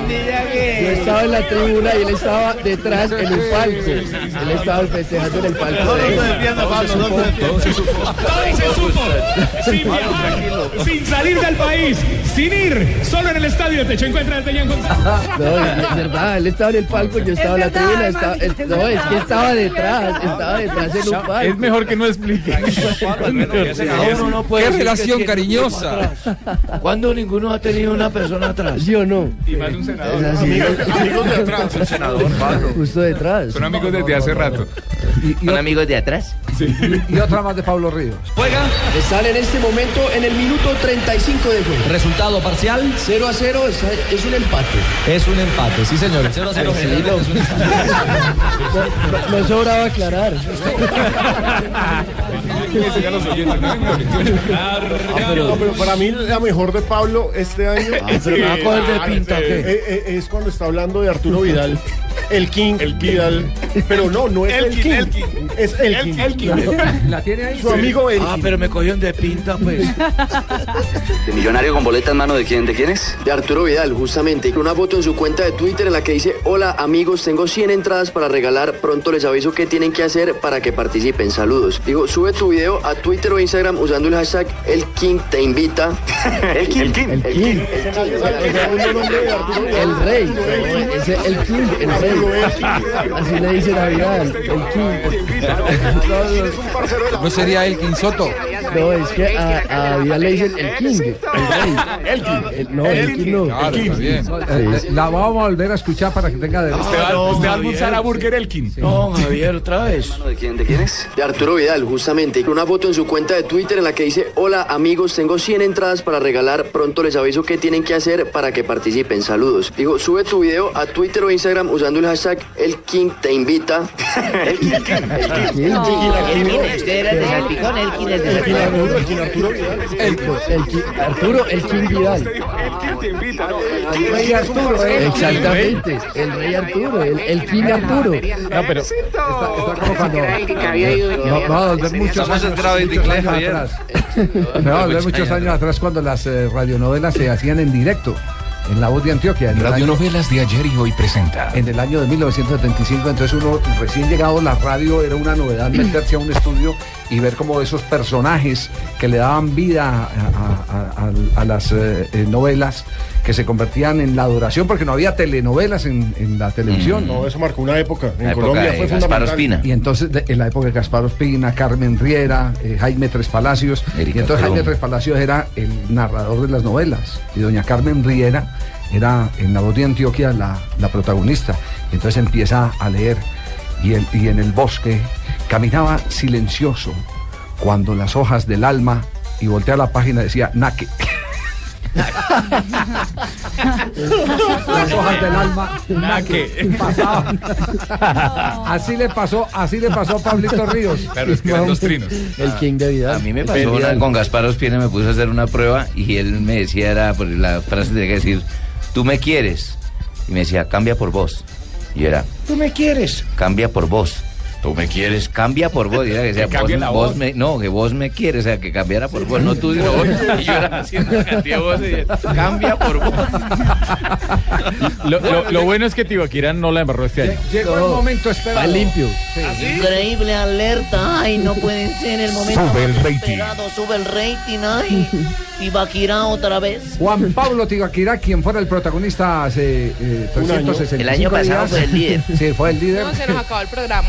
Yo estaba en la tribuna y él estaba detrás en el palco. Él estaba festejando en el palco.
Todo se supo. Sin viajar, sin salir del país, sin ir, solo en el estadio de techo. Encuentra el Jan González.
No, es es verdad, él estaba en el palco, yo estaba en la tribuna. estaba- es- no, es que estaba detrás, estaba detrás en un palco.
Es mejor que no explique.
Qué relación cariñosa.
¿Cuándo ninguno ha tenido una persona atrás? Yo no.
Y más un senador.
Es así.
Amigos de atrás, un senador, Pablo.
Justo detrás.
Son amigos desde hace rato.
¿Son amigos de atrás?
Y otra más de Pablo Ríos.
Juega. Sale en este momento en el minuto 35 de juego. Resultado parcial. 0 a 0 es, es un empate. Es un empate, sí señores. 0 a 0 generalmente es un empate.
No, no sobraba aclarar.
Ah,
No, pero para mí la mejor de Pablo este año
Ah, pero me va a coger de pinta, ¿o qué?
Eh, eh, es cuando está hablando de Arturo Vidal. El King, el Vidal. Pero no, no es el, King. Es el King.
¿La tiene ahí?
Su amigo el
Ah, pero me cogieron de pinta, pues.
¿De millonario con boleta en mano de quién? ¿De quién es?
De Arturo Vidal, justamente, una foto en su cuenta de Twitter en la que dice, hola amigos, tengo 100 entradas para regalar, pronto les aviso qué tienen que hacer para que participen, saludos. Digo, sube tu video a Twitter o Instagram usando el hashtag El King te invita. El King, el King, el King.
El rey. no, es el king, el rey. Así le dice Navidad. El king.
No sería el Soto.
No, es que a, a Vidal le dicen el king. El rey. El king. el- no, el king no.
Claro, está bien.
Eh, La vamos a volver a escuchar para que tenga derecho.
Usted va-
No,
usted va
Javier.
a almorzar a
Burger Elkin.
No, Javier, otra vez.
¿De quién, de quién es? De Arturo Vidal, justamente, una foto en su cuenta de Twitter en la que dice, hola amigos, tengo 100 entradas para regalar, pronto les aviso qué tienen que hacer para que participen, saludos. Digo, sube tu video a Twitter o Instagram usando el hashtag El King te invita. El King, el King.
Usted Este era de Salpicón, el King es de Salpicón.
El King- Arturo, el King Vidal. El rey Arturo, eh. exactamente. El rey Arturo, el, el King Arturo. No,
pero.
No, va a volver muchos años, muchos años atrás. Me va a volver muchos años atrás cuando las eh, radionovelas se hacían en directo. En la voz de Antioquia. en el año-
Radionovelas de ayer y hoy presenta.
en el año de 1975, entonces uno recién llegado a la radio era una novedad meterse a un estudio y ver como esos personajes que le daban vida a, a- a- a- a las eh, eh, novelas que se convertían en la adoración porque no había telenovelas en, en la televisión.
No, eso marcó una época. En
La época
Colombia
de
fue
Gaspar
fundamental.
Ospina. Y entonces, de- en la época de Gaspar Ospina, Carmen Riera, eh, Jaime Tres Palacios. y entonces
Colón.
Jaime Tres Palacios era el narrador de las novelas. Y doña Carmen Riera era en la voz de Antioquia la, la protagonista. Y entonces empieza a leer. Y, el- y en el bosque caminaba silencioso cuando las hojas del alma y voltea la página decía Naque. Las hojas del alma Naque. pasaban. Así le pasó, así le pasó a Pablito Ríos.
Claro, es que eran dos trinos.
El King de Vidal.
A mí me pasó una, con Gaspar Ospina, me puse a hacer una prueba y él me decía, era, por la frase tenía que decir, tú me quieres. Y me decía, cambia por vos. Y yo era, tú me quieres, cambia por vos. Tú me quieres, cambia por vos. Y era que sea, vos,
cambie la
vos
voz.
me- no, que vos me quieres, o sea, que cambiara por vos, no tú, sino vos. Y yo era haciendo una cantidad de voces y cambia por vos.
Lo, lo- lo bueno es que Tibaquirá no la embarró este año.
Llegó el momento esperado.
Está limpio.
Increíble alerta. Ay, no puede ser el momento.
Sube el
más
rating.
esperado, Sube el rating. Ay, Tibaquirá otra vez.
Juan Pablo Tibaquirá, quien fuera el protagonista hace eh,
Un año.
365
El año pasado
días.
fue el líder.
Sí, fue el líder.
No, se nos acabó el programa.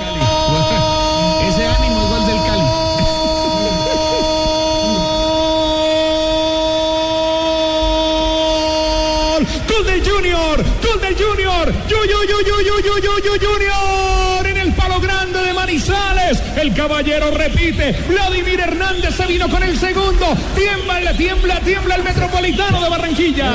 ánimo es gol del Cali. ¡Gol del Junior! ¡Gol del Junior! ¡Yu, yu, yu, yu, yu, yu, yu, yu, Junior! En el palo grande de Manizales. El caballero repite. Vladimir Hernández se vino con el segundo. Tiembla, tiembla, tiembla el metropolitano de Barranquilla.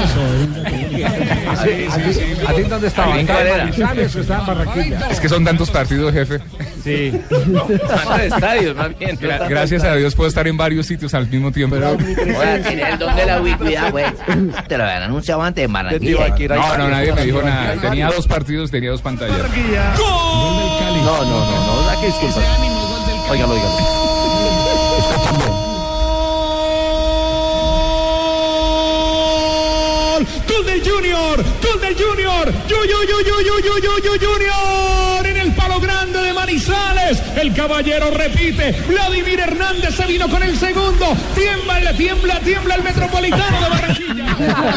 ¿A ti dónde estaba? ¿Estaba
Ahí en
en
Calera.
Manizales o estaba en Barranquilla?
Es que son tantos partidos, jefe. Sí.
estadios, más bien.
gracias a Dios puedo estar en varios sitios al mismo tiempo.
Ahora tiene el don de la ubicuidad, güey. Te lo habían anunciado antes en Barranquilla.
No, no, nadie me dijo nada. Tenía dos partidos, tenía dos pantallas.
No, no, no, no. Aquí disculpa.
Óigalo, óigalo.
¡Gol! ¡Gol del Junior! ¡Gol del Junior! ¡Yu, yu, yu, yu, yu, yu, yu, yu, Junior! En el palo grande de Manizales. El caballero repite. Vladimir Hernández se vino con el segundo. Tiembla, tiembla, tiembla el metropolitano de Barranquilla.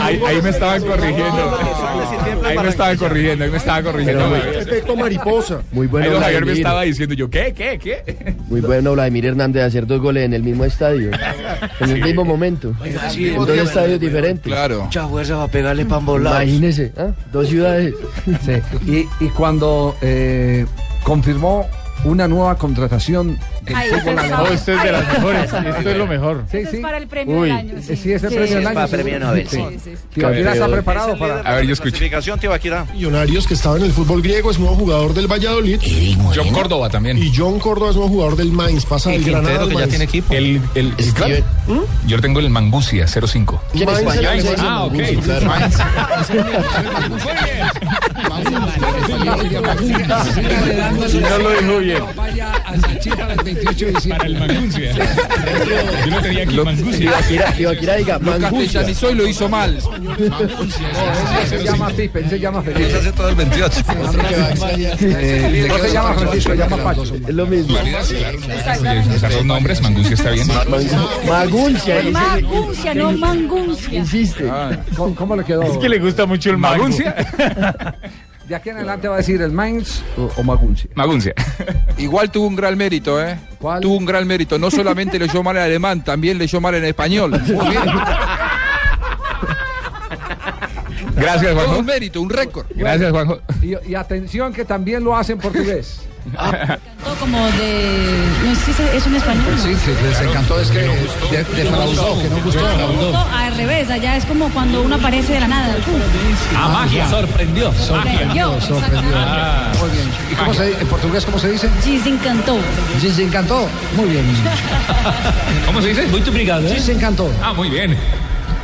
Ahí, ahí me estaban corrigiendo. Ahí me estaban corrigiendo, ahí me estaban corrigiendo.
Efecto mariposa.
Muy
Ahí
bueno.
don Javier me
Vladimir.
estaba diciendo yo, ¿qué, qué, qué?
Muy bueno Vladimir Hernández de hacer dos goles en el mismo estadio. En el mismo momento.
sí,
en dos
sí,
estadios diferentes.
Mucha fuerza va a pegarle pan volado.
Imagínese, ¿ah? dos ciudades.
Sí. Y, y cuando eh, confirmó una nueva contratación del
Ay,
fútbol
eso es
alemán.
no. Esto es de las mejores, esto es lo
mejor. Sí,
Eso
sí.
es para el premio del año.
Eh, Sí, es el
Sí.
premio del
Es
año.
para
sí,
premio
sí,
Nobel,
sí.
sí, sí, sí.
Tibaquira está
Campeón.
preparado para...
A ver, yo escucho.
Clasificación Tibaquirá. Millonarios que estaba en el fútbol griego es nuevo jugador del Valladolid.
John Córdoba también.
Y John Córdoba es nuevo jugador del Mainz. Pasa del Granada. al Mainz.
equipo. El, el, el club. Yo tengo el Mangucia 05.
¿Quién es Mainz, español? el-
Ah, ok.
Mangucia, claro.
Mainz.
No
lo dijo bien.
Vaya a Sanchita del 28 de diciembre.
Para el Mangucia. Yo lo tenía aquí, Mangucia.
Tibaquira, Tibaquira diga,
Lo
Mangucia.
castellanizó y lo hizo mal.
Se llama Pipe, se llama Felipe.
Hace todo el 28.
Eh, no se llama Francisco, se llama Paco.
Es lo mismo.
Usar los nombres, Mangucia está bien.
Maguncia. dice-
Manguncia, no manguncia.
Insiste.
Ah.
¿Cómo, cómo le quedó?
Es que le gusta mucho el mago.
De aquí en adelante va a decir el Mainz o, o Maguncia.
Maguncia.
Igual tuvo un gran mérito, ¿eh? Tuvo un gran mérito. No solamente leyó mal en alemán, también leyó mal en español. Muy bien.
Gracias, Juanjo.
Todo un mérito, un récord.
Gracias, Juanjo.
Y, y atención que también lo hacen portugués.
Como de. No sé si es un español.
Sí, sí, les encantó, es que de- defraudó, que no gustó.
Al revés, allá es como cuando uno aparece de la nada.
Ah,
A magia. Sorprendió.
Sorprendió, sorprendió.
Muy bien. ¿Y cómo se, en portugués cómo se dice?
Desencantó.
Les encantó. Muy bien.
¿Cómo se dice? Muy obrigado,
Les encantó.
Ah, muy bien.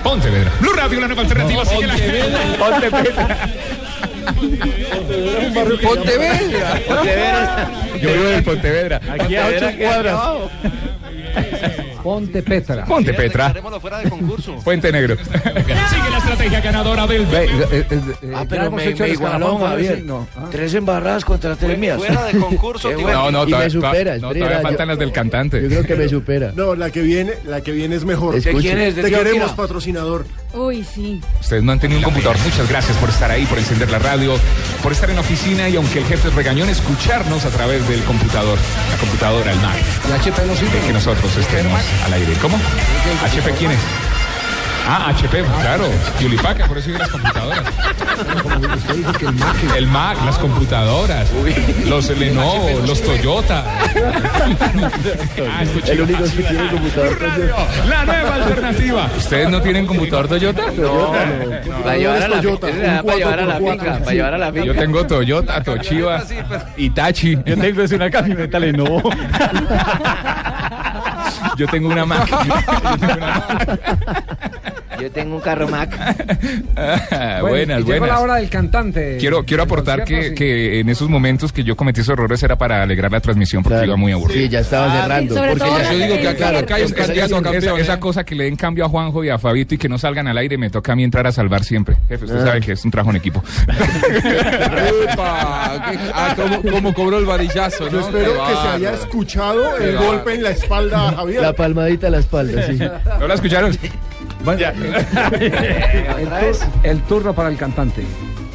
Pontevedra. Blue Radio, la nueva alternativa. sigue la-
Pontevedra.
Pontevedra. Yo vivo en Pontevedra.
Aquí a ocho cuadras.
Ponte Petra.
Ponte Petra. Puente Negro. eh,
Sigue la estrategia ganadora del
Ah, pero me, me igualó, Javier. Tres embarradas contra tres mías.
fuera de concurso,
Qué
tío.
bueno.
No, no,
Y me
todavía,
supera,
todavía- no,
espera,
todavía
yo-
faltan las del cantante.
Yo creo que me supera.
No, la que viene, la que viene es mejor.
¿De Escuche. quién es? ¿De
Te
Tío Kira?
queremos, patrocinador.
Uy, sí.
Ustedes no han tenido un computador. Muchas gracias por estar ahí, por encender la radio, por estar en la oficina y aunque el jefe es regañón, escucharnos a través del computador, la computadora, el Mac.
Y HP no sirve.
Que nosotros estemos al aire. ¿Cómo? ¿HP quién es? Ah, HP, claro. Yulipaca, por eso digo las computadoras. El Mac, las computadoras, los Lenovo, los Toyota.
El único que tiene computador.
La nueva alternativa. ¿Ustedes no tienen computador Toyota?
Para llevar a la, era para llevar a la finca, para llevar a la finca. pues.
Yo tengo Toyota, Toshiba, Itachi. Yo tengo es una camioneta Lenovo. Yo tengo una máquina.
Yo tengo un carro Mac.
Bueno,
Ah, buenas,
y Llegó
buenas.
la hora del cantante.
Quiero, quiero aportar que, que en esos momentos que yo cometí esos errores era para alegrar la transmisión porque iba muy aburrido.
Sí, ya estaba cerrando.
Ah, sobre todo
ya-
Yo digo que acá- acá hay un
Esa- esa-
candidato a
esa-
campeón, ¿eh?
Esa cosa que le den cambio a Juanjo y a Fabito y que no salgan al aire, me toca a mí entrar a salvar siempre. Jefe, usted
Ah.
sabe que es un trabajo en equipo.
¡Epa! ¿Qué- ah, ¿cómo, cómo cobró el varillazo?
Yo
¿no?
espero
Qué
que se haya
bárbaro.
escuchado
el golpe
en la espalda a Javier. La palmadita a la espalda, sí.
¿No la escucharon?
El, tur- el turno para el cantante.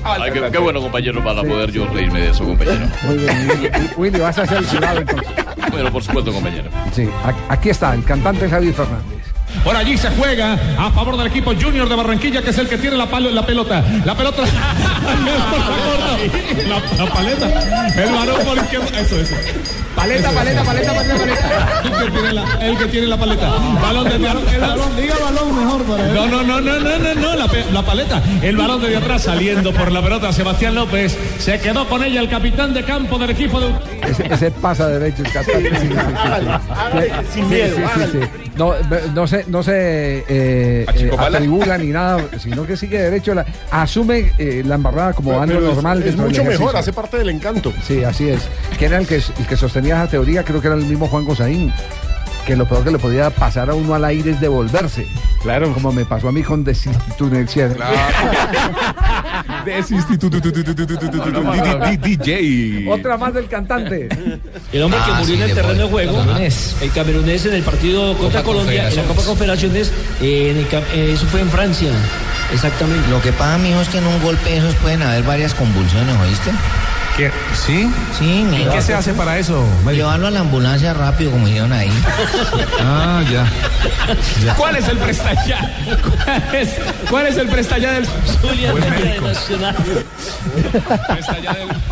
Ay, qué, qué bueno, compañero, para poder yo reírme de eso, compañero.
Muy bien, Willy, Willy, vas a hacer el jurado entonces.
Bueno, por supuesto, compañero.
Sí, a- aquí está, el cantante Javier Fernández.
Por allí se juega a favor del equipo Junior de Barranquilla, que es el que tiene la palo la pelota. La pelota. la, la paleta. El varón por izquierda. Eso, eso. Paleta, paleta, paleta, paleta, paleta. El que tiene la, el que tiene la paleta. Balón de El balón, diga balón mejor para No, no, no, no, no, no, no, la, pe- la paleta. El balón de atrás saliendo por la pelota. Sebastián López se quedó con ella, el capitán de campo del equipo de.
Ese, ese pasa derecho el cantante. Sí, sí, sí, sí.
Sin
Sí,
miedo,
sí, sí,
hágale.
sí. No, ve- no se, no se eh, eh,
Achicopala.
atribula ni nada, sino que sigue derecho. la- asume eh, la embarrada como algo
Pero es-
normal.
es,
dentro del
mucho mejor,
ejercicio.
hace parte del encanto.
Sí, así es. ¿Quién era el que, el que sostenía esa teoría? Creo que era el mismo Juan Gosaín. Que lo peor que le podía pasar a uno al aire es devolverse. Claro. Como me pasó a mí con desinstitución.
DJ.
Otra más del cantante.
El hombre que
Ah,
murió
sí,
en el
de
terreno de
Boy,
juego,
camerunés.
el camerunés en el partido contra Colombia, en la Copa Confederaciones, eh, en el cam- eh, eso fue en Francia. Exactamente.
Lo que pasa, mijo, es que en un golpe de esos pueden haber varias convulsiones, ¿oíste? ¿Qué? ¿Sí? Sí,
¿Y
mijo.
qué se hace para eso?
Llevarlo a la ambulancia rápido, como hicieron ahí.
Ah, ya.
¿Cuál es el prestallá? ¿Cuál es, cuál es el prestallá del Zulia Nacional?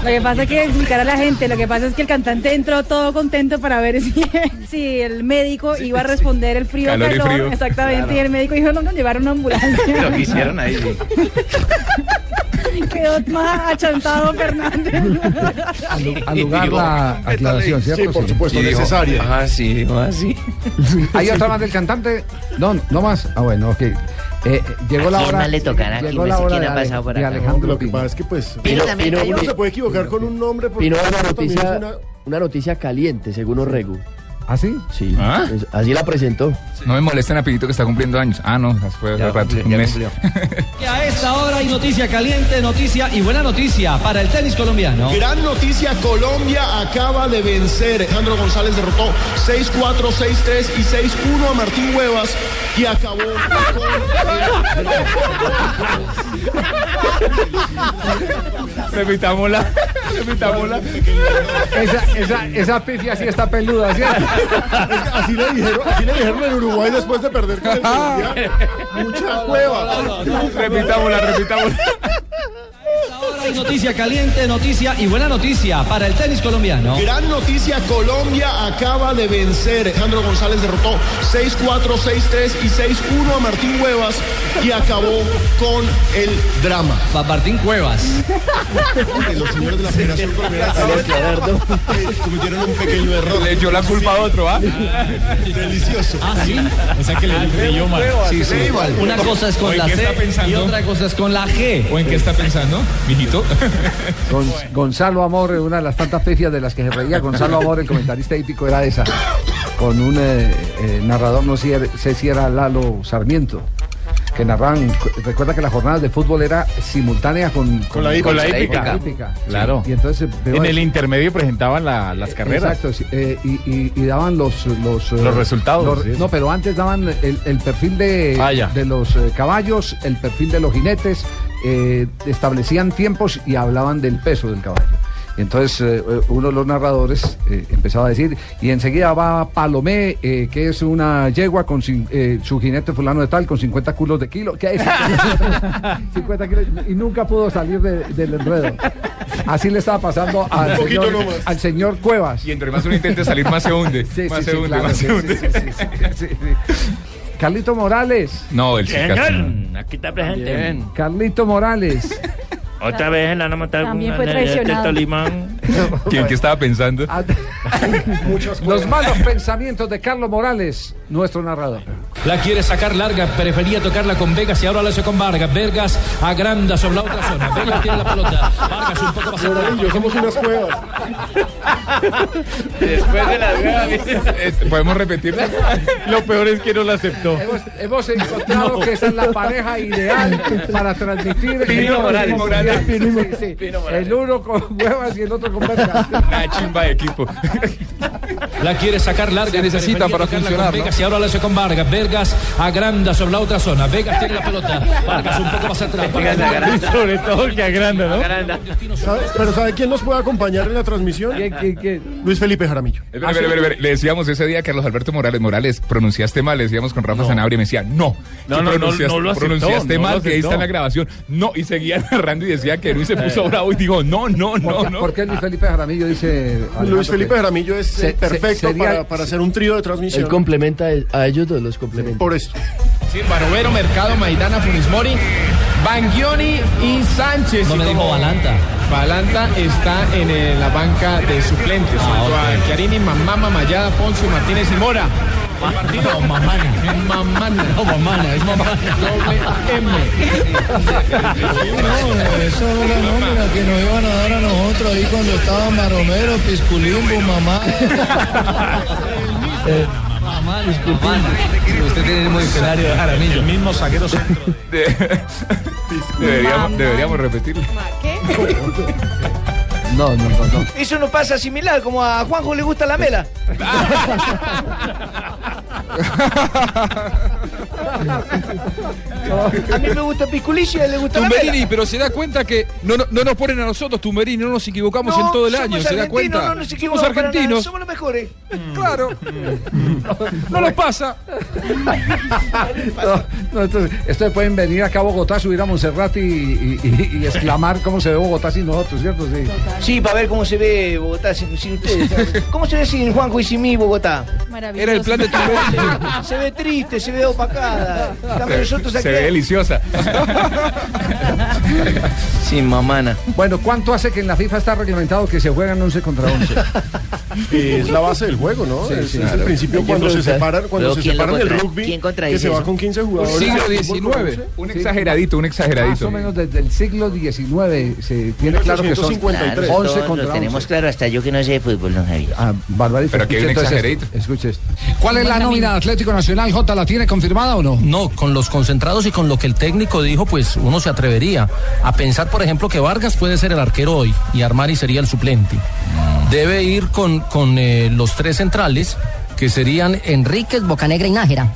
Lo que pasa es que explicar a la gente, lo que pasa es que el cantante entró todo contento para ver si, si el médico iba a responder el frío
Calor y
calor.
frío.
Exactamente,
Claro.
y el médico dijo, no, no, llevaron una ambulancia.
Lo que hicieron ahí. sí.
Quedó más achantado Fernández.
Al lugar la aclaración, ¿cierto?
Y dijo, Ah, sí, dijo así.
¿Hay otra más del cantante? No, no más. Ah, bueno, ok. Eh, eh, llegó
¿A
la
quién
hora.
más le tocará? ¿A quién?
Llegó
No
la
sé
hora
quién
de,
ha
Ale-
pasado por
de
acá.
Alejandro
Lo que
Pino.
pasa es que pues Pino Pino, también Pino, cayó. uno se puede equivocar con un nombre porque Pino Pino una también noticia. es una- Una noticia caliente, según Orrego.
¿Ah, sí?
Sí.
¿Ah?
Es- Así la presentó.
No me molesten a Pidito que está cumpliendo años. Ah, no, fue hace rato, un mes.
Y a esta hora hay noticia caliente, noticia y buena noticia para el tenis colombiano.
Gran noticia, Colombia acaba de vencer. Alejandro González derrotó 6-4, 6-3 y 6-1 a Martín Huevas y acabó
Repitamos la. Repitamos la.
Esa, esa, esa pifia sí está peluda, ¿cierto?
Así le dijeron, así le dijeron en Uruguay después de perder con el
Ah.
Mundial. Mucha hueva.
Repitámosla, repitámosla.
Ahora hay noticia caliente, noticia y buena noticia para el tenis colombiano.
Gran noticia, Colombia acaba de vencer. Alejandro González derrotó 6-4, 6-3 y 6-1 a Martín Huevas y acabó con el drama.
Martín Cuevas.
Los señores de la Federación Colombiana cometieron un pequeño error.
Le echó la culpa a otro, ¿ah?
Delicioso.
Ah, sí.
O sea que le
leyó mal.
Sí, sí.
Una cosa es
¿O
con
en
la
qué
C
está pensando?
y otra cosa es con la G.
¿O en qué está pensando, mijito?
Gon- Gonzalo Amor, una de las tantas pifias de las que se reía Gonzalo Amor, el comentarista hípico, era esa. Con un eh, eh, narrador, no cier- sé si era Lalo Sarmiento, que narraban. cu- Recuerda que las jornadas de fútbol era simultánea con,
Con la hípica.
con
Con la hípica. Claro.
Y entonces,
En el intermedio presentaban la- las carreras.
Exacto, sí, eh, y, y- y daban los los, eh,
Los resultados, sí.
no, pero antes daban el, el perfil de,
Ah, ya.
de los eh, caballos, el perfil de los jinetes, eh, establecían tiempos y hablaban del peso del caballo. Entonces eh, uno de los narradores eh, empezaba a decir, y enseguida va Palomé, eh, que es una yegua con cin- eh, su jinete fulano de tal, con 50 kilos de kilo, que es 50 kilos, y nunca pudo salir de- del enredo. Así le estaba pasando al
Un poquito
señor,
nomás.
al señor Cuevas.
Y entre más uno intente salir, más se hunde.
Sí,
más
sí,
se
sí,
hunde,
claro,
más
sí,
se hunde.
Carlito Morales.
No, el Cicastro.
Aquí está presente.
Carlito Morales.
Otra vez en la nota
También fue traicionado.
Tolimán.
¿Quién que estaba pensando?
Ah,
Los malos pensamientos de Carlos Morales, nuestro narrador.
La quiere sacar larga, prefería tocarla con Vegas y ahora la hace con Vargas. Vegas agranda sobre la otra zona. Vegas tiene la pelota. Vargas un poco más atrás.
somos unas cuevas.
Después de las
¿Podemos repetirla?
Lo peor es que no la aceptó.
Hemos, hemos encontrado que esa es la pareja ideal para transmitir
Pino
el
Morales.
Pino
Morales.
Sí, sí.
Pino Morales.
El uno con huevas y el otro con verga.
Una Ah, chimba de equipo.
La quiere sacar larga.
Se necesita
prefería
para
tocarla con
funcionar, ¿no?
Vegas y ahora la hace con Vargas. Vegas agranda sobre la otra zona. Vegas tiene la pelota. Vargas un poco más atrás. Vargas agranda.
Sobre todo el que agranda, ¿no?
¿Sabe- ¿Pero sabe quién nos puede acompañar en la transmisión? Luis Felipe Jaramillo.
Espera, espera, espera, espera. Le decíamos ese día a Carlos Alberto Morales, Morales, pronunciaste mal, le decíamos con Rafa Sanabria y me decía, no,
No, no,
tú
no,
pronunciaste,
no lo aceptó,
pronunciaste
no lo
mal, que ahí
aceptó.
está la grabación. No, y seguía narrando y decía que Luis se puso bravo y dijo, no, no, no,
¿Por,
no.
por qué Luis Felipe Jaramillo dice. Alejandro,
Luis Felipe
que-
Jaramillo es eh,
Se- se-
perfecto
sería-
para, para hacer un trío de transmisión.
Él complementa el- a ellos dos, los complementa.
Por esto.
Sí, Barovero, Mercado, Maidana, Funes Mori, Bangioni y Sánchez.
No me
Y
dijo
como
Balanta.
Balanta está en eh, la banca de suplentes. junto a Chiarini, Mamama, Mayada, Poncio, Martínez y Mora. El partido. mamana. Mamana. No, mamana, es mamana. Doble M.
Esa es la nómina que nos iban a dar a nosotros ahí cuando estaba Maromero, Pisculimbo, mamá.
Usted tiene muy escenario de Jaramillo. El mismo saquero
De- deberíamos, deberíamos repetirlo.
No, no, no, no.
Eso no pasa similar, como a Juanjo le gusta la mela.
A mí me gusta Pisculici y le gusta Tumberini. Mela.
Tumberini, pero se da cuenta que no, no, no nos ponen a nosotros, Tumberini, no nos equivocamos en todo el
somos
año, se da
argentinos,
cuenta.
no nos
somos
equivocamos para nada,
argentinos.
Somos los mejores.
Claro.
Mm.
No nos pasa.
No, no, entonces, ustedes pueden venir acá a Bogotá, subir a Montserrat y, y- y- y exclamar cómo se ve Bogotá sin nosotros, ¿cierto? Sí.
Sí, para ver cómo se ve Bogotá sin, sin ustedes. ¿sabes? ¿Cómo se ve sin Juanjo y sin mí Bogotá?
Maravilloso.
Era el plan de
Se, se ve triste, se ve opacada. Estamos nosotros
Se
aquí.
ve deliciosa.
Sin mamana. Bueno, ¿cuánto hace que en la FIFA está reglamentado que se juegan 11 contra 11?
Eh, es la base del juego, ¿no?
Sí,
es,
sí,
es
claro.
el principio
Hay que
cuando se
preguntar.
separan, cuando
Pero
se
¿quién lo
separan del
contra-
rugby,
quién
que
contradice
se va
eso?
con 15 jugadores.
Siglo
Fútbol con
XIX.
11.
Un
Sí.
exageradito, un
Más o
exageradito.
menos desde el siglo XIX se tiene claro que son
1853.
11
Claro,
contra
lo
11.
tenemos claro, hasta yo que no sé de fútbol, no Javier.
Ah, barbarito.
Pero aquí hay un
Escuche entonces
exagerito.
esto, Escuche esto. ¿Cuál es la nómina de Atlético Nacional? J, ¿la tiene confirmada o no?
No, con los concentrados y con lo que el técnico dijo, pues uno se atrevería a pensar, por ejemplo, que Vargas puede ser el arquero hoy y Armani sería el suplente. Debe ir con, con eh, los tres centrales, que serían eh, Enríquez, Bocanegra y Nájera.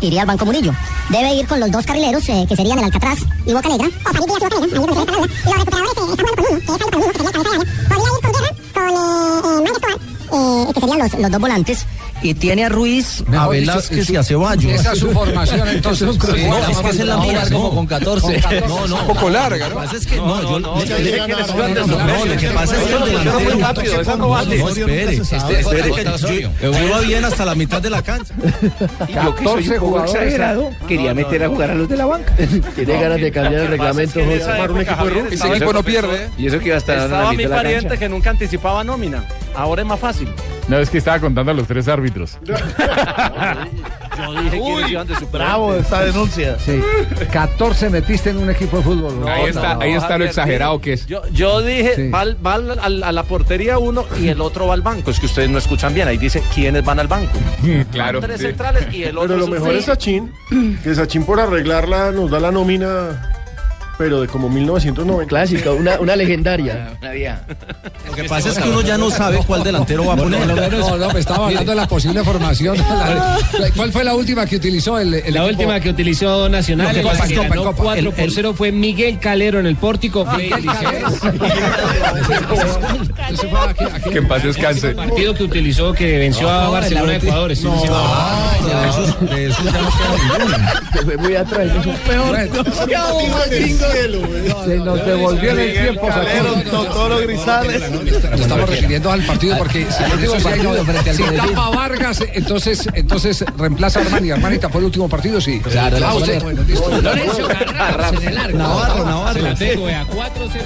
Iría al Banco Murillo. Debe ir con los dos carrileros, eh, que serían el Alcatraz y Boca Negra. O Felipe Díaz y Boca Negra. Ahí debe ser el Alcatraz. Los eh, recuperadores eh, están jugando con eh, uno, que es Jairo Palomino, que sería el cabeza de área. Podría ir con Guerra, con eh, eh, Mario Escobar, eh, que serían los, los dos volantes.
Y tiene a Ruiz, a Mejor dicho, Velázquez su- y a Ceballos. esa es su formación, entonces. Sí, no, es que esa es la mía, Ahora, como no. con 14. Con 14. No, no. Un poco larga, ¿no? Lo que pasa es que, no, yo- no, le- no, le- no, no, no, no, no, no, lo que pasa es que el delantero- No, espere, este- espere que yo- yo iba bien hasta la mitad de la cancha.
Yo que soy un poco exagerado, quería meter a jugar a los de la banca.
Tiene ganas de cambiar el reglamento.
en
José.
esa época, Javier,
rugby.
estaba el profesor-
Y eso que iba a estar
Estaba mi pariente
cancha.
que nunca anticipaba nómina. Ahora es más fácil.
No, es que estaba contando a los tres árbitros.
Yo dije que ellos iban de su
esta denuncia. Sí. 14 metiste en un equipo de fútbol. ¿no?
Ahí está, ahí está lo exagerado que es.
Yo, yo dije, va, al- va al- al- a la portería uno y el otro va al banco. Es que ustedes no escuchan bien. Ahí dice quiénes van al banco.
Mm, Claro.
Tres centrales y el otro.
Pero lo
es un
mejor
sí.
es Sachin, que Sachin por arreglarla nos da la nómina, pero de como 1990.
Clásica, una, una legendaria.
Lo que pasa es que uno ya no sabe cuál delantero va a poner.
No, no, no, me estaba hablando de la posible formación. ¿Cuál fue la última que utilizó el, el
La
equipo?
última que utilizó
No,
Nacional,
que
en
Copa,
la que
Copa,
ganó
Copa.
4
El-
por 0 fue Miguel Calero en el pórtico.
Ah,
Fue el
Que en paz descanse.
partido que utilizó que venció a Barcelona de Ecuador. sí, sí, sí.
Ah, De esos ya no queda ninguno.
Se fue muy atrás.
Bueno, Se nos devolvió en el tiempo. Sacó.
Grisales.
Nos estamos refiriendo al partido porque si,
al último
eso sí hay
partido
no-
frente al
si
Medellín.
tapa Vargas, entonces, entonces reemplaza a Armani. Armani tapó el último partido, sí.
Claro,
Ah,
la
usted-
sola-
bueno, listo.
Lorenzo Garrafos en el arco.
Navarro,
Se
Navarro.
la tengo, eh, a 4-0.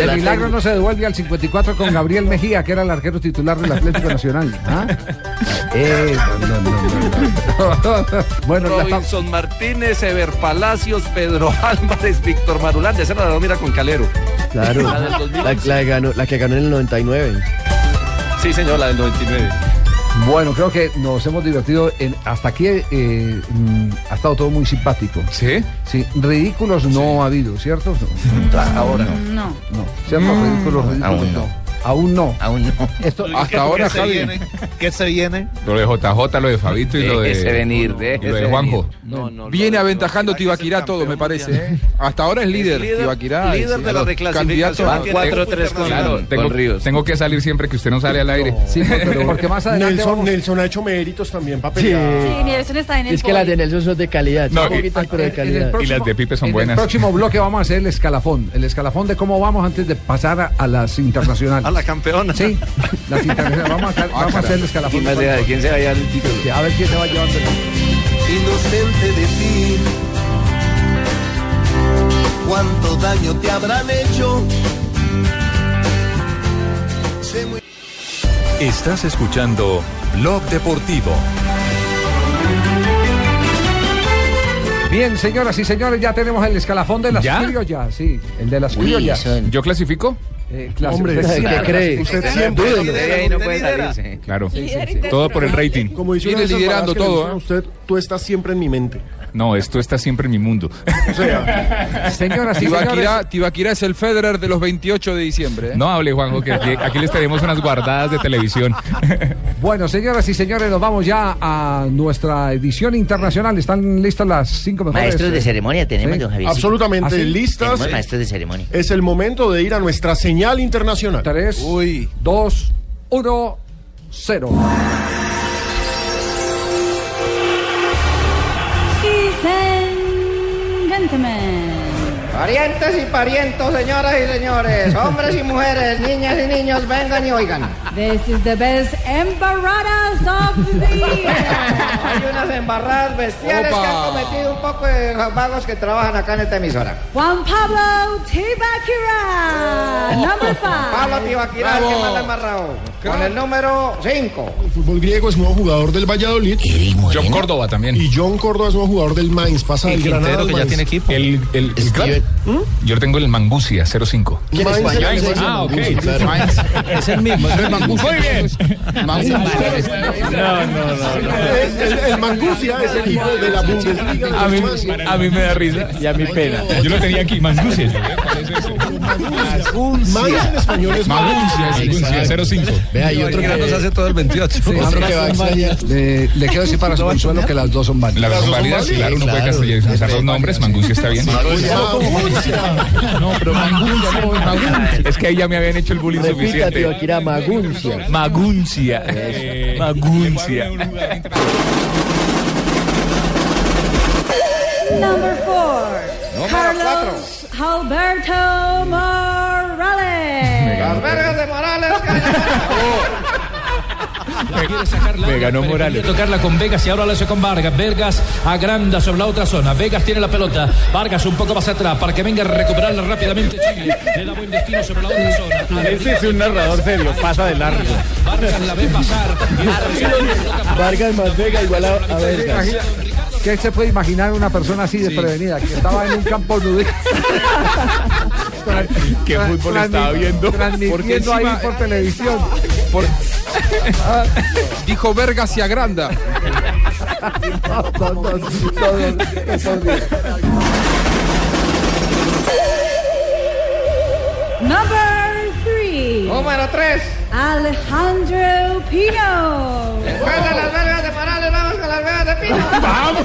El milagro no se devuelve al 54 con Gabriel Mejía, que era el arquero titular del Atlético Nacional. ¿Ah? Eh, no, no, no, no. Bueno, la estamos-
Robinson Martínez, Ever Palacios, Pedro Álvarez, Víctor Marulán. De esa la mira con Calero.
Claro.
La del
La,
2011.
la que ganó, la que ganó en el 99.
Sí, señor, la del 99.
Bueno, creo que nos hemos divertido. en- hasta aquí eh, mm, ha estado todo muy simpático. ¿Sí? Sí, ridículos no ha habido, ¿cierto? No.
Hasta ah, ahora.
No.
No, ¿cierto? Ridículos, ridículos
aún
no. Aún no.
Aún no.
Esto,
¿Qué- qué se viene? ¿Qué se viene?
Lo de JJ, lo de Fabito y lo de.
Déjese venir,
y lo
déjese
de Juanjo.
venir.
Viene aventajando Tibaquirá todo, me parece. ¿eh? Hasta ahora es líder,
líder-
Tibaquirá.
líder de la reclasificación.
Candidato
Va 4-3 con- con
tengo-
Ríos. Tengo que salir siempre que usted no sale al aire.
porque más
adelante
Nelson,
vamos-
Nelson ha hecho méritos también para
Sí.
pelear.
Sí, Nelson está en el
Es que las de
podio.
Nelson son de calidad,
No,
son
y-
poquitas pero de
en el
calidad.
próximo- en el próximo bloque vamos a hacer el escalafón. El escalafón de cómo vamos antes de pasar a, a las internacionales. A la campeona. Sí, las internacionales. Vamos a, hacer- vamos a hacer el escalafón.
¿Quién, más se va- quién se va a llevar el título?
Sí, A ver quién se va llevando el
Inocente de ti. ¿Cuánto daño te habrán hecho? Sé muy-
Estás escuchando Blog Deportivo.
Bien, señoras y señores, ya tenemos el escalafón de las
¿Ya?
criollas. Sí, el de las criollas.
¿Yo clasifico?
clase- Hombre, Eh, usted ¿qué siempre- cree? usted Usted siempre- dúdelo.
De ahí no puede salirse. Claro. Todo por el rating.
Como dice una
Viene
de esas
liderando
palabras que le
todo.
dicen a
¿eh?
usted, tú estás siempre en mi mente.
No, esto está siempre en mi mundo.
Señoras y
Tibaquirá,
señores.
Tibaquirá es el Federer de los 28 de diciembre. ¿eh?
No hable, Juanjo, que aquí, aquí les tenemos unas guardadas de televisión.
Bueno, señoras y señores, nos vamos ya a nuestra edición internacional. ¿Están listas las cinco mejores? Eh, Ah,
Maestros de
ceremonia
tenemos, don Javiercito. Absolutamente listas. Tenemos maestros
de ceremonia.
Es el momento de ir a nuestra señal internacional.
Tres, dos, uno, cero.
Ladies and gentlemen.
Parientes y parientos, señoras y señores, hombres y mujeres, niñas y niños, vengan y oigan.
This is the best embaradas of the year.
Hay unas embarradas bestiales que han cometido un poco de vagos que trabajan acá en esta emisora.
Juan Pablo Tibaquira, number five.
Oh. Pablo Tibaquirá, el que manda embarrado. Con el número 5.
El fútbol griego es nuevo jugador del Valladolid.
John Córdoba también.
Y John Córdoba es nuevo jugador del Mainz. Pasa del Granada al
que ya
Mainz.
tiene equipo. El, el, el club. Yo tengo el Mangucia 05.
¿Quién es Mainz? Mainz, Mainz,
Ah, ok.
Mainz, claro.
Mainz.
Es el mismo, es el Mangucia.
Muy bien.
No, no, El, el, el Mangucia es el equipo de la Bundesliga. de
A mí,
los Mainz.
a mí me da risa. Y a mí pena. Yo lo tenía aquí, Mangucia.
Mainz en español es
Maguncia, es Maguncia, 05.
Vea, hay otro que-
nos hace todo el 28.
Sí, otro que va a extrañar.
Le, le quiero decir para su consuelo que las dos son válidas.
Las dos son válidas, claro, uno puede castellanizar los nombres, Mangucia está bien.
No, pero Manguncia.
Es que ahí ya me habían hecho el bullying
Repita,
suficiente.
Tibaquirá, Maguncia.
Maguncia. Maguncia.
Number four. Carlos Alberto Morales.
Las vergas de Morales.
Me ganó Morales. Tocarla con Vegas y ahora lo hace con Vargas. Vegas agranda sobre la otra zona. Vegas tiene la pelota. Vargas un poco más atrás para que venga a recuperarla rápidamente. Chile le da buen destino sobre la otra zona.
Ese es un narrador serio, pasa de largo.
Vargas la ve pasar.
Vargas más Vega igual a, a Vargas.
¿Qué se puede imaginar una persona así desprevenida que estaba en un campo nudista?
¿Qué fútbol estaba viendo?
Porque
Transmitiendo ahí
encima-
por televisión.
Dijo Vergas y agranda.
Number three.
Número tres.
Alejandro Pino.
Después de las vergas de Morales, vamos con las vergas de Pino.
¡Vamos!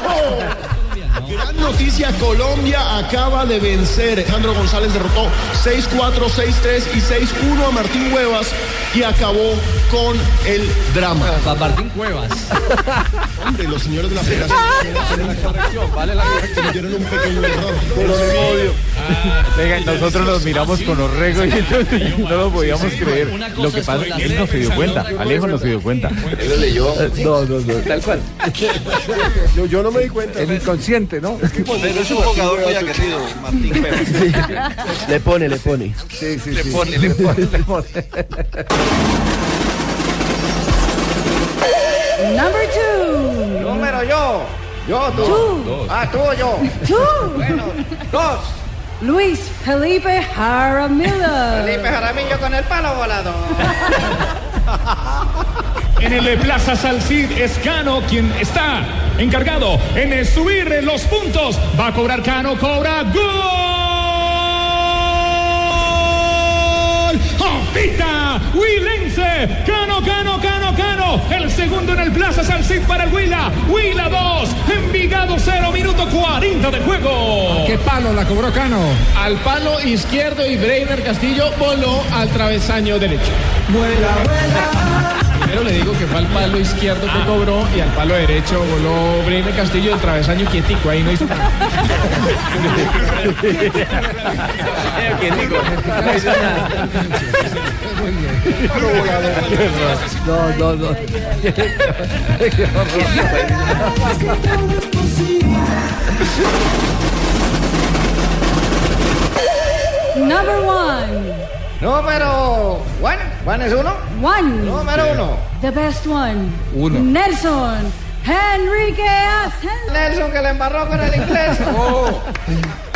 Gran noticia,
Colombia acaba de vencer.
Alejandro González derrotó
6-4, 6-3 y 6-1 a Martín Huevas y acabó con el drama.
Ah.
Martín Cuevas. Hombre, los señores de la federación.
Vale la
cometieron un pequeño error.
Venga, nosotros nos miramos con los regos y entonces no lo podíamos creer. Lo que pasa es que él no se dio cuenta. Alejo no se dio cuenta. Eh,
Él lo leyó.
No, no, no.
Tal cual.
Yo, yo no me di cuenta.
El inconsciente, ¿no?
Pero es un jugador muy agresivo, Martín Pérez.
Le pone, le pone.
Sí, sí,
Le
sí.
pone, le pone, le
Number two.
Número yo. Yo, tú.
Tú.
Ah, tú, yo.
Two.
Dos.
Luis Felipe Jaramillo.
Felipe Jaramillo con el palo volado.
En el de Plaza Salcid es Cano quien está encargado en eh, subir eh, los puntos. Va a cobrar Cano, cobra gol. ¡Opita! Huilense. Cano, Cano, Cano, Cano. El segundo en el Plaza Salcid para el Huila. Huila 2. Envigado 0. Minuto 40 de juego.
¿Qué palo la cobró Cano?
Al palo izquierdo y Breiner Castillo voló al travesaño derecho. Primero le digo que fue al palo izquierdo que cobró y al palo derecho voló Breiner Castillo el travesaño quietico, ahí no hizo nada.
No, no, no.
Number one.
Número. Juan. Juan es uno.
One.
Número uno.
The best one.
Uno.
Nelson. Henrique Asensio.
Nelson que le embarró con el inglés.
Oh.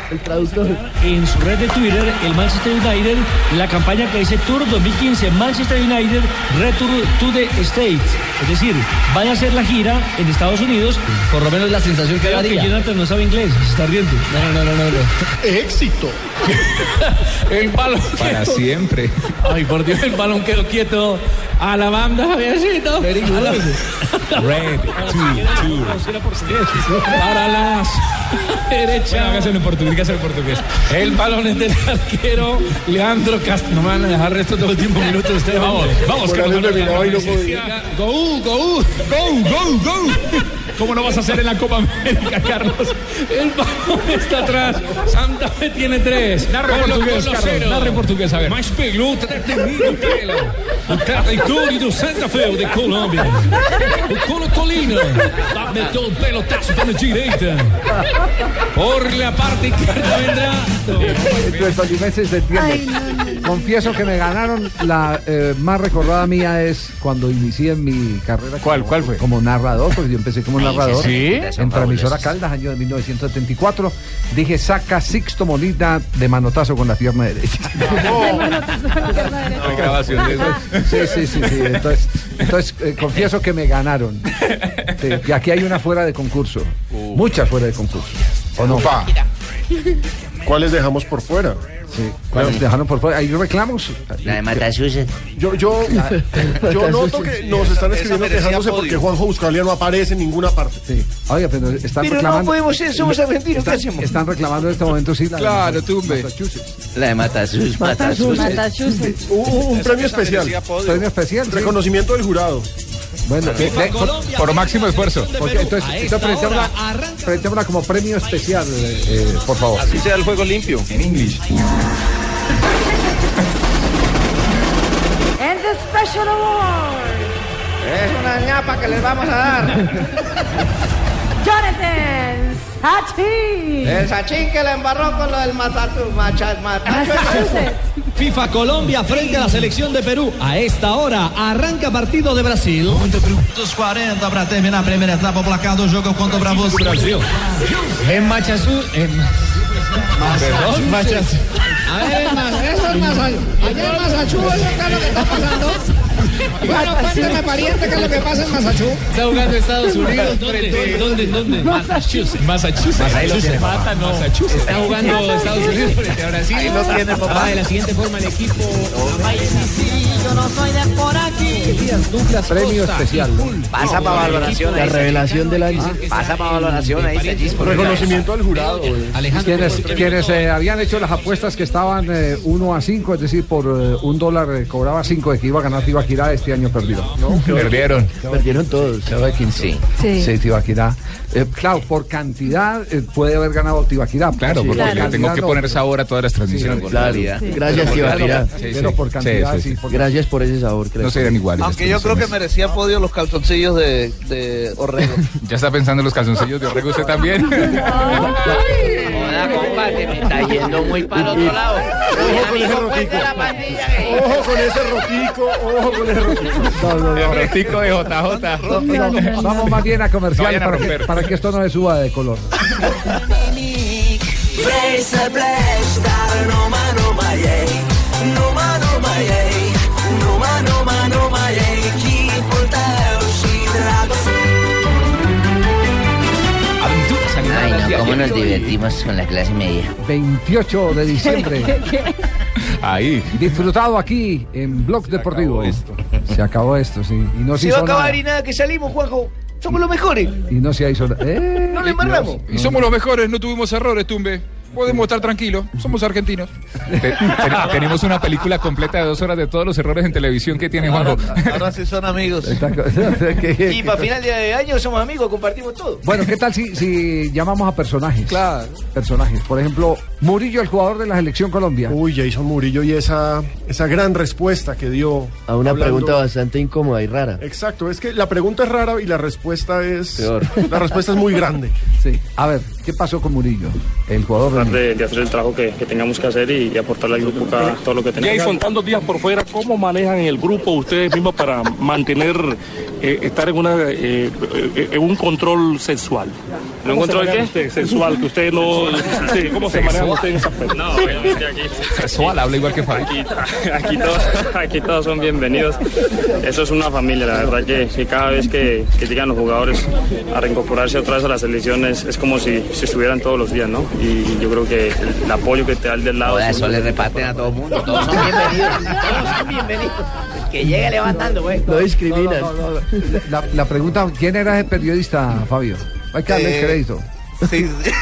El traductor.
en su red de Twitter el Manchester United la campaña que dice Tour 2015 Manchester United Return to the States. Es decir, van a hacer la gira en Estados Unidos.
Por lo menos la sensación que
Creo que
daría.
Jonathan no sabe inglés, se está riendo.
No, no, no, no. no.
Éxito.
El balón
Para
quieto.
siempre.
Ay, por Dios, el balón quedó quieto. A la banda, Javiercito. A la-
Red, two, two.
Para las derecha. hágaselo en portugués, hágaselo en portugués. El balón es del arquero Leandro Castro. No me van a dejar resto de los últimos minutos ustedes. Vamos, vamos,
Por ahí
Carlos
me miraba y no
Alberto.
podía.
Go, go, go, go, go. ¿Cómo no vas a hacer en la Copa América, Carlos? El balón está atrás. Santa Fe tiene tres.
Narra en
Colo,
portugués,
Colo,
Carlos,
cero.
narra en portugués, a ver.
Mais pelota termina pela. O território do Santa Fe, o de Colômbia. O Colo Colina. lá Meteu o pelotaço pela direita. Por la parte izquierda vendrá.
Los tolimenses se entienden. Confieso que me ganaron. La eh, más recordada mía es cuando inicié mi carrera. ¿Cuál,
cuál fue?
Como narrador, porque yo empecé como narrador.
sí.
En Transmisora Caldas, año de 1974. Dije, saca Sixto Molina de manotazo con la pierna derecha.
Hay grabación de eso.
Sí, sí, sí, sí. Entonces, entonces, eh, confieso que me ganaron. Sí, y aquí hay una fuera de concurso.
Uh.
Muchas fuera de concurso. ¿O no?
Opa. ¿Cuáles dejamos por fuera?
Sí. ¿Cuáles dejaron por fuera? ¿Hay reclamos?
La de Matasusa.
Yo, yo, yo noto que nos están escribiendo
merecía
quejándose
podio.
porque Juanjo Buscalia no aparece en ninguna parte.
Sí. Oiga, pero están
Pero
reclamando.
no podemos ser, somos argentinos, ¿qué
están,
hacemos?
están reclamando en este momento, sí. la de
Claro, tumbe.
Massachusetts.
La de Matasusa. Matasusa.
Massachusetts.
Un, un premio especial.
Premio especial. sí.
Reconocimiento del jurado.
Bueno, de- de- por-
Por máximo esfuerzo.
porque entonces, entonces presentémosla- presentémosla como premio especial, eh, eh, por favor.
Así sea el juego limpio.
En inglés.
And the special award.
Es una ñapa que les vamos a dar.
Jonathan Sati.
El sachín que le embarró con lo del matatu, macha, matachueca.
Massachusetts.
FIFA Colombia frente a la selección de Perú. A esta hora arranca partido de Brasil. 40 para terminar primera etapa, placado juego contra Bravos. Brasil.
En Machazú. En Machazú.
A ver, es más, eso es más allá en Masachú, eso acá es lo que está pasando. Bueno, cuénteme, pariente, qué es lo que pasa en Masachú.
Está jugando Estados Unidos.
¿Dónde? ¿Dónde? ¿Dónde? Massachusetts.
tiene,
Massachusetts. Mata, no. Massachusetts.
Está jugando Estados Unidos frente a Brasil. Ahí lo tiene,
Ah,
papá. de la siguiente forma el equipo.
Premio especial. ¿no?
Pasa para valoración
La
ahí.
revelación del año.
Pasa para valoración ahí, Sallisco.
Reconocimiento del jurado. eh.
Quienes, quienes eh, habían hecho las apuestas que estaban 1 a 5, es decir, por eh, un dólar eh, cobraba 5 eh, de que iba a ganar, iba a girar Ibaquirá este año perdió.
Perdieron.
Perdieron todos.
Sí.
Sí.
Sí.
Tibaquirá. Eh, claro, por cantidad eh, puede haber ganado Tibaquirá.
Claro,
Sí.
porque
Por
le tengo
cantidad
que
no.
poner sabor a todas las transmisiones.
Sí,
por
claro.
calidad.
Sí.
Pero
Gracias,
por
Tibaquirá.
calidad, sí, sí.
Pero por
Sí,
cantidad,
sí, sí.
sí, por-
Gracias por ese sabor. que le
No serían iguales. este
Aunque
las
yo creo
transmisiones.
que
merecía podio los calzoncillos de, de Orrego.
Ya está pensando en los calzoncillos de Orrego usted también.
Hola, compa, que me está yendo muy para otro lado.
Ojo con ese rotico. Ojo con ese rotico. Ojo con ese rotico.
El retico de JJ.
No, vamos más bien a comercial
vayan a
para, que,
romper.
para que esto no se suba de color.
Blaze, blaze, dar no ma no ma yay, no ma no ma yay, no ma no ma no ma yay, keep on
Ay, no, cómo nos divertimos con la clase media.
28 de diciembre.
Ahí.
Disfrutado aquí en Blog Deportivo. Se acabó esto, sí. Y no se,
Se va a
hizo
acabar
nada.
y nada que salimos, Juanjo. Somos los mejores.
Y no se hizo nada. Eh,
No le embarramos.
Y somos los mejores, no tuvimos errores, Tumbe. Podemos estar tranquilos, somos argentinos.
Te- ten- tenemos una película completa de dos horas de todos los errores en televisión que tiene Juanjo.
Ahora sí son amigos.
Y para final de año somos amigos, compartimos todo.
Bueno, ¿qué tal si, si llamamos a personajes? Claro. Personajes. Por ejemplo, Murillo, el jugador de la selección Colombia.
Uy, Jason Murillo y esa, esa gran respuesta que dio.
A una
hablando-
pregunta bastante incómoda y rara.
Exacto, es que la pregunta es rara y la respuesta es.
Peor.
La respuesta es muy grande.
Sí. A ver, ¿qué pasó con Murillo? El jugador
Tratar de, de hacer el trabajo que, que tengamos que hacer y, y aportarle al grupo cada- todo lo que tenemos.
Jason, tantos días por fuera, ¿cómo manejan el grupo ustedes mismos para mantener, eh, estar en, una, eh, eh, en un control sexual?
¿En un
¿Cómo se
control
manejan
qué?
ustedes? Sexual, que ustedes no... Sí, ¿Cómo se manejan Sexual. ustedes en esa
pues,
aspecto?
No, obviamente aquí,
Sexual, habla igual que Farid.
aquí, aquí todos, aquí todos son bienvenidos. Eso es una familia, la verdad que, que cada vez que, que llegan los jugadores a reincorporarse otra vez a las selecciones es como si, si estuvieran todos los días, ¿no? Y yo creo que el, el apoyo que te da el del lado...
Joda, eso le reparten a todo el mundo. Todos son
Bienvenidos, todos son bienvenidos. Que llegue levantando, pues. güey.
No discriminan.
No, no, no, no. La, la pregunta, ¿quién era ese periodista, Fabio? Hay que darle
Eh,
crédito.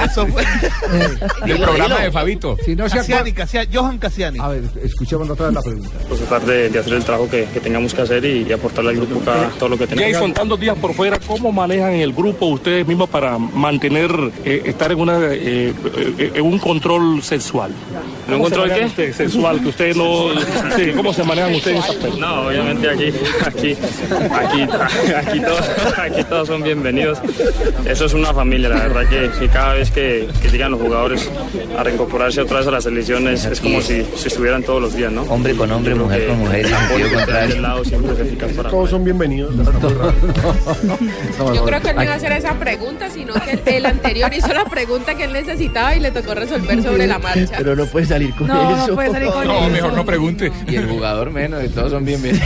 Eh,
El programa de Fabito.
Si no se
Cassiani,
Johan Cassiani. A ver, escuchemos otra vez la pregunta.
Pues tratar de, de hacer el trabajo que, que tengamos que hacer y, y aportarle al grupo cada, todo lo que tenemos.
Jason, tantos días por fuera, ¿cómo manejan el grupo ustedes mismos para mantener, eh, estar en, una, eh, eh, en un control sexual?
¿En un
¿Cómo se
control
manejan
qué?
ustedes Sexual, que ustedes no... Sí, ¿Cómo se manejan ustedes en ese aspecto?
No, obviamente aquí, aquí, aquí, aquí todos, aquí todos son bienvenidos. Eso es una familia, la verdad que, que cada vez que, que llegan los jugadores a reincorporarse otra vez a las selecciones es como si, si estuvieran todos los días, ¿no? Hombre con hombre, mujer con mujer, el apoyo que te da del lado siempre es eficaz para
Todos son bienvenidos.
Yo creo que él no iba a hacer esa pregunta, sino que el- el anterior hizo la pregunta que él necesitaba y le tocó resolver sobre la marcha.
Pero no puede salir con
No, no
eso.
puede salir con
No, mejor no pregunte.
Y el jugador menos, de todos son bienvenidos.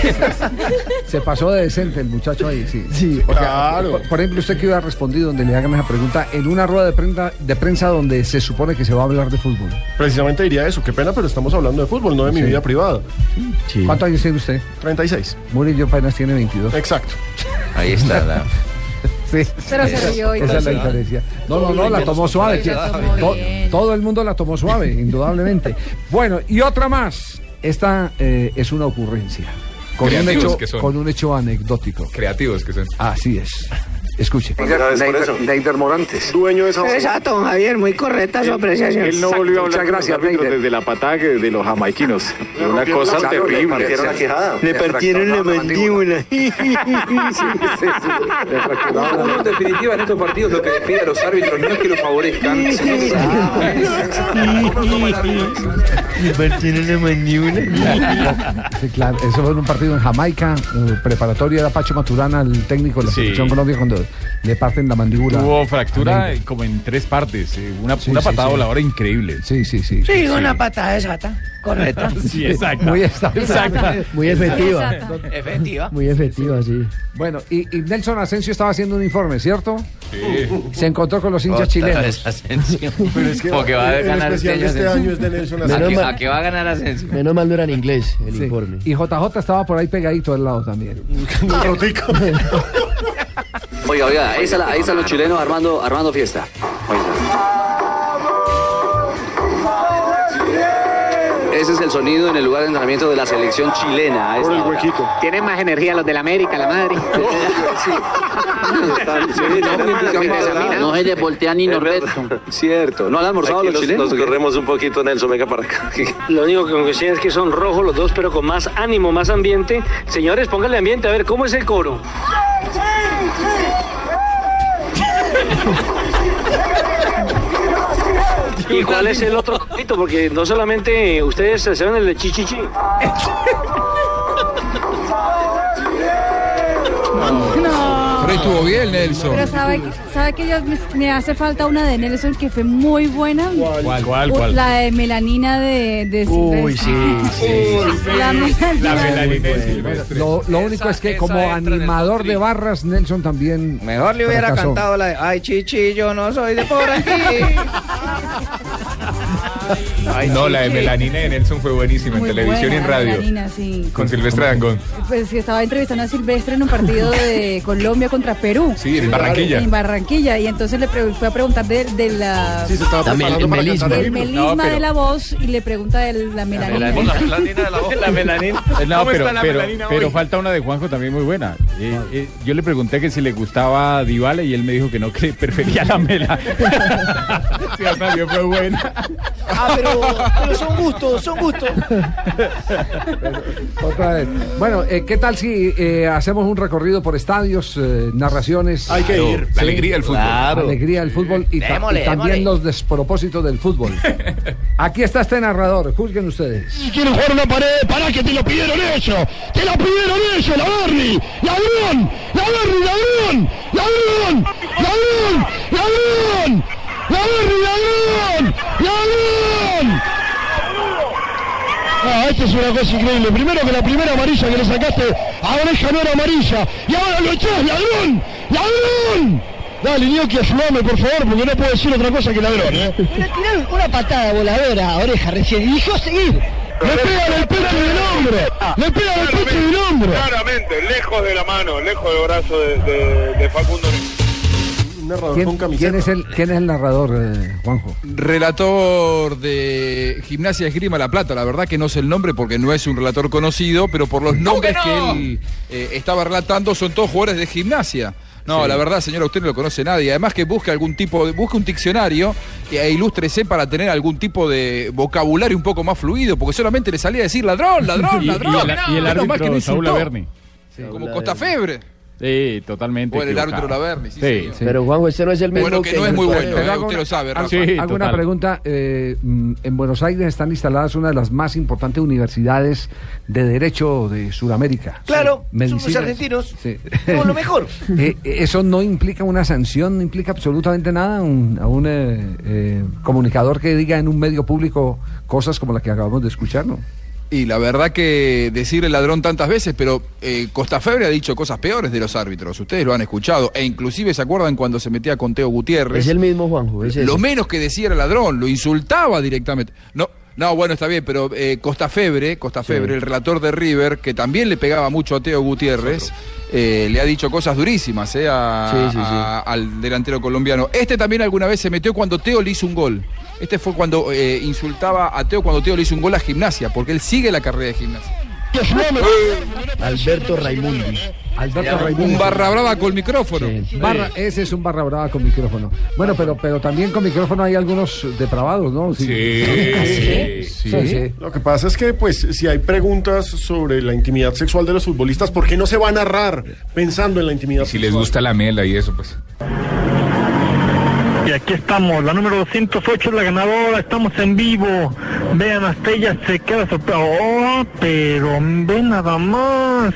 Se pasó de decente el muchacho ahí, sí. Sí, claro. Por, por ejemplo, usted que hubiera respondido donde le hagan esa pregunta en una rueda de prensa, de prensa donde se supone que se va a hablar de fútbol.
Precisamente diría eso. Qué pena, pero estamos hablando de fútbol, no de mi vida privada.
¿Cuántos años tiene usted?
36.
Murillo apenas tiene 22.
Exacto.
Ahí está la.
Sí.
Pero se rió y
Esa es la
todo.
diferencia. No, no, no, la tomó suave.
Sí, la tomó
To- todo el mundo la tomó suave, indudablemente. Bueno, y otra más. Esta eh, es una ocurrencia. Con un,
Creativos
hecho,
que son.
con un hecho anecdótico.
Creativos que son.
Así es. Escuche.
Neider Morantes. Dueño de esa
Exacto, don Javier, muy correcta su apreciación.
Él no volvió a hablar con los árbitros desde la patada que- de los jamaiquinos. Una cosa terrible.
Le partieron la mandíbula.
No, en definitiva, en estos partidos lo que les pide a los árbitros no es que lo favorezcan, sino que
Le partieron la mandíbula.
Sí, claro, eso fue en un partido en Jamaica, eh, preparatoria de Apache Maturana, el técnico de la
Sí.
selección Colombia, cuando le parten la mandíbula.
Hubo fractura
Amén.
eh, como en tres partes. eh, Una,
Sí,
una
sí,
patada
sí.
voladora increíble.
Sí, sí, sí.
Sí, una patada exacta. Correcta.
Sí, exacto.
Muy exacta.
Exacta.
Muy efectiva.
Efectiva.
Muy efectiva, sí.
Bueno, y, y Nelson Asensio estaba haciendo un informe, ¿cierto?
Sí.
Se encontró con los hinchas chilenos.
Pero es que
va-
va a
el
ganar
especial de este año es de Nelson
¿A
Asensio.
que-
Menos
¿A qué va a ganar Asensio?
Menos mal no era en inglés el informe.
Y JJ estaba por ahí pegadito al lado también.
Oiga, oiga, ahí están, la- ahí están los chilenos armando, armando fiesta. Oiga.
Ese es el sonido en el lugar de entrenamiento de la selección chilena. a esta hora.
Tienen más energía los del América, la madre.
No se le voltean ni Norberto. Cierto. ¿No han almorzado
Aquí
los chilenos?
Nos corremos un poquito, Nelson, venga para acá.
Lo único que coincide es que son rojos los dos, pero con más ánimo, más ambiente. Señores, pónganle ambiente, a ver cómo es el coro. ¿Y cuál es el otro corito? Porque no solamente ustedes se ven el de chichichi.
Pero estuvo bien, Nelson.
Pero sabe, que- sabe que yo- me, me hace falta una de Nelson que fue muy buena.
¿Cuál, cuál,
Uy,
cuál?
La de melanina de, de
Uy,
Silvestre.
La
La melanina.
melanina de Silvestre.
Lo, lo único es que como animador de barras, Nelson también.
Mejor le hubiera
fracasó.
cantado la de Ay, chichi, yo no soy de por aquí.
Ay, no, la de Melanina de Nelson fue buenísima en
Muy
televisión y en
buena,
radio.
Melanina, sí.
Con Silvestre Dangón.
Pues que estaba entrevistando a Silvestre en un partido de Colombia contra Perú.
Sí, en Barranquilla.
En Barranquilla. Y entonces le pre- fue a preguntar de, de la.
Sí, se estaba
del
También preparando el para melisma. cantar el himno.
melisma
No, pero-
de la voz y le pregunta de la melanina.
de la voz. No, ¿Cómo
está
pero,
la
pero,
melanina
pero
hoy?
falta una de Juanjo también muy buena. Eh, eh, yo le pregunté que si le gustaba Dybala y él me dijo que no, que prefería la mela. sí, hasta yo fue buena.
Ah, pero, pero son gustos, son gustos.
Otra vez. Bueno, eh, ¿qué tal si eh, hacemos un recorrido por estadios, eh, narraciones?
Hay que Claro, ir. la alegría del fútbol. Claro.
Alegría del fútbol y, ta- y
Démosle,
también
démosle.
los despropósitos del fútbol. Aquí está este narrador, juzguen ustedes.
Si quieren jugar una pared, para que te lo pidieron ellos. Te lo pidieron ellos, la Berni. Ladrón, la Berni, ladrón, ladrón, ladrón, ladrón. La Berni, ladrón, ladrón. Ah, esto es una cosa increíble. Primero que la primera amarilla que le sacaste a Oreja no era amarilla. Y ahora lo echás, ladrón, ladrón. Dale, Gnocchi, ayúdame, por favor, porque no puedo decir otra cosa que ladrón, ¿eh?
Le tiraron una patada voladora a oreja recién y dijo seguir.
Le pegan el pecho del hombro. Le pegan el pecho del hombro.
Claramente, lejos de la mano, lejos del brazo de, de- de Facundo.
¿Quién, quién es, el, quién es el narrador, eh, Juanjo?
Relator de Gimnasia Esgrima La Plata, la verdad que no sé el nombre porque no es un relator conocido, pero por los nombres que, él eh, estaba relatando son todos jugadores de gimnasia. No,
Sí.
la verdad, señora, usted no lo conoce nadie. Además que busque algún tipo, de, busque un diccionario e ilústrese para tener algún tipo de vocabulario un poco más fluido, porque solamente le salía a decir ladrón, ladrón,
Y- y
ladrón.
el- y el
Menos mal que
árbitro,
no
Saúl
insultó.
Averni.
Como Costa Febre.
Sí, totalmente.
Bueno, el
equivocado.
árbitro Laverni, sí, señor.
Pero
Juanjo,
este
ese no es el
mismo
Bueno, que no es muy bueno, eh,
hago
usted
una-
lo
Ah,
sabe, Rafa.
Hago- hago una pregunta. eh, mm, en Buenos Aires están instaladas una de las más importantes universidades de derecho de Sudamérica.
Claro, somos
Medicina.
argentinos.
Sí.
Somos lo mejor.
Eh, eso no implica una sanción, no implica absolutamente nada un- a un eh, eh, comunicador que diga en un medio público cosas como la que acabamos de escuchar, ¿no?
Y la verdad que decirle ladrón tantas veces, pero eh, Costa Febre ha dicho cosas peores de los árbitros. Ustedes lo han escuchado. E inclusive se acuerdan cuando se metía con Teo Gutiérrez.
Es el mismo Juanjo. Es
Lo
ese.
menos que decía era ladrón, lo insultaba directamente. No, no, bueno, está bien, pero eh, Costa Febre, Costa Febre, el relator de River, que también le pegaba mucho a Teo Gutiérrez, eh, le ha dicho cosas durísimas eh, a-
Sí, sí, sí.
a- al delantero colombiano. Este también alguna vez se metió cuando Teo le hizo un gol. Este fue cuando eh, insultaba a Teo cuando Teo le hizo un gol a gimnasia, porque él sigue la carrera de gimnasia.
Alberto Raimundi.
Alberto Raimundi.
Un barra brava con micrófono.
Barra- ese es un barra brava con micrófono. Bueno, pero, pero también con micrófono hay algunos depravados, ¿no? Sí.
¿Ah, Sí. Lo que pasa es que, pues, si hay preguntas sobre la intimidad sexual de los futbolistas, ¿por qué no se va a narrar pensando en la intimidad
Si les gusta la mela y eso, pues.
Y aquí estamos, la número 208 es la ganadora, estamos en vivo. Vean, hasta ella se queda sorpresa. Oh, pero ve nada más.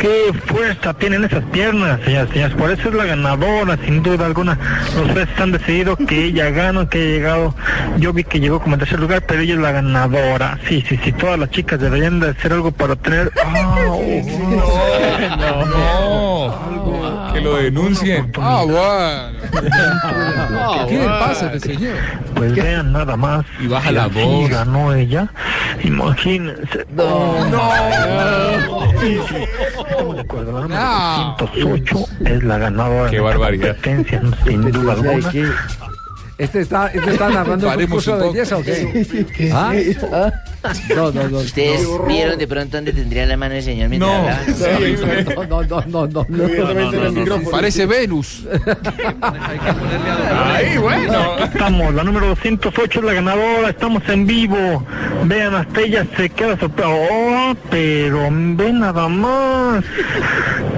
Qué fuerza tienen esas piernas, señoras y señores. Por eso es la ganadora, sin duda alguna. Los jueces han decidido que ella gana, que ha llegado. Yo vi que llegó como en tercer lugar, pero ella es la ganadora. Sí, sí, sí, todas las chicas deberían de hacer algo para tener... Ah, oh,
No, que lo denuncien.
Ah, bueno.
¿Qué le pasa
a este señor?
Pues vean nada más. Y
baja la
así
voz.
ganó ella. Imagínense. No, no.
No.
208 es la ganadora.
Ah. Qué
de la
barbaridad.
competencia, Sin duda
pues,
alguna.
Este está, este está narrando un
Paremos
curso
un
de
poco.
belleza, ¿o qué?
Sí, sí, sí.
¿Ah? No, no, no.
¿Ustedes
no.
vieron de pronto dónde tendría la mano el señor mientras
No,
hablaba?
no, no, no, no, no, no.
Parece Venus.
Ahí,
bueno.
Aquí estamos, la número 208 es la ganadora, estamos en vivo. Vean, hasta ella se queda sorpresa. Oh, pero ve nada más.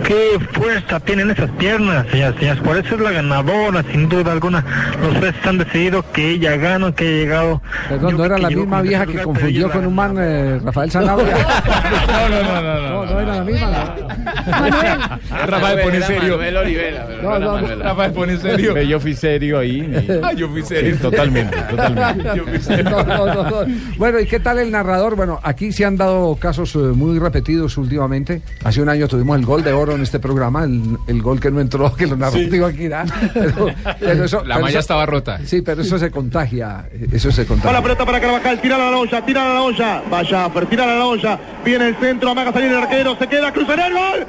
Qué fuerza tienen esas piernas, señoras, señores. Por eso es la ganadora, sin duda alguna. Los jueces han decidido que ella gana, que ha llegado.
Perdón, no era la misma vieja que confundió con un man, eh, Rafael Sanabria.
No, no, no, no.
No, no era la misma.
Rafael, pone serio.
Manuel Olivera, pero no, era Manuel.
Rafael, pone serio. Yo fui serio ahí. Ah, yo fui serio. Totalmente, totalmente.
No, no, no, no. Bueno, ¿y qué tal el narrador? Bueno, aquí se han dado casos eh, muy repetidos últimamente. Hace un año tuvimos el gol de oro en este programa, el, el gol que no entró, que lo narró
Sí.
Tigo Aquirá. Pero, pero eso-
La
pero
malla
eso-
estaba rota.
Sí, pero eso se contagia. eh, Eso se
Va la
contagia.
pelota para Carvajal, tira la olla, tira la olla, vaya, pero tira la olla, viene el centro, amaga salir el arquero, se queda, cruza en el gol,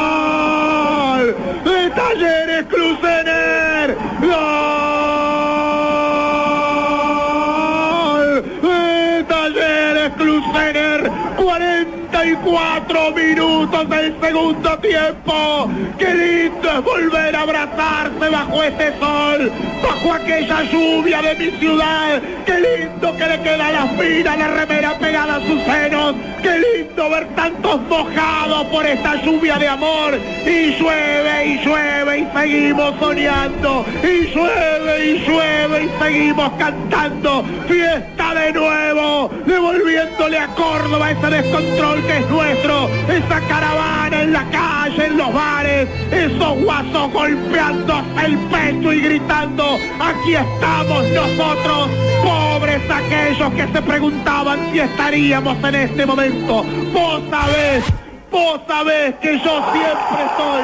gol de Talleres Crucener, gol de Talleres Crucener, 44 minutos del segundo tiempo, qué lindo es volver a abrazarse bajo este sol, bajo aquella lluvia de mi ciudad, qué lindo que le queda la fina, la remera pegada a sus senos, qué lindo ver tantos mojados por esta lluvia de amor, y llueve y llueve y seguimos soñando, y llueve y llueve y seguimos cantando, fiesta de nuevo, devolviéndole a Córdoba ese descontrol que es nuestro, esa caravana en la calle, en los bares, esos guasos golpeando el pecho y gritando, aquí estamos nosotros, pobres aquellos que se preguntaban si estaríamos en este momento, vos sabés, vos sabés que yo siempre estoy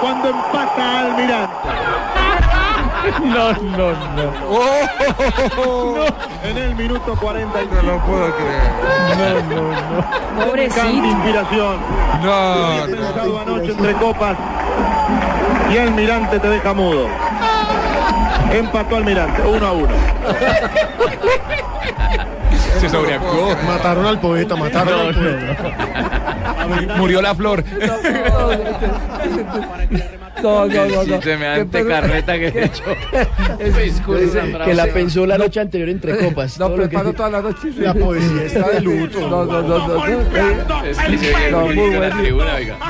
cuando empata Almirante.
No, no, no.
En el minuto 40 no lo puedo creer. No, no, no.
Pobrecito.
inspiración.
No,
Lo que he pensado anoche entre copas y Almirante te deja mudo. Empató Almirante, uno a uno.
Se sobreactuó.
Mataron al poeta, mataron al poeta.
Murió la flor.
No,
no, no, no.
Semejante carreta que he hecho.
Que la pensó la noche anterior entre copas.
No,
Todo lo que-
preparó toda la noche.
La poesía está de luto.
No, no, no, no, no.
Es que se
No, muy buenísimo.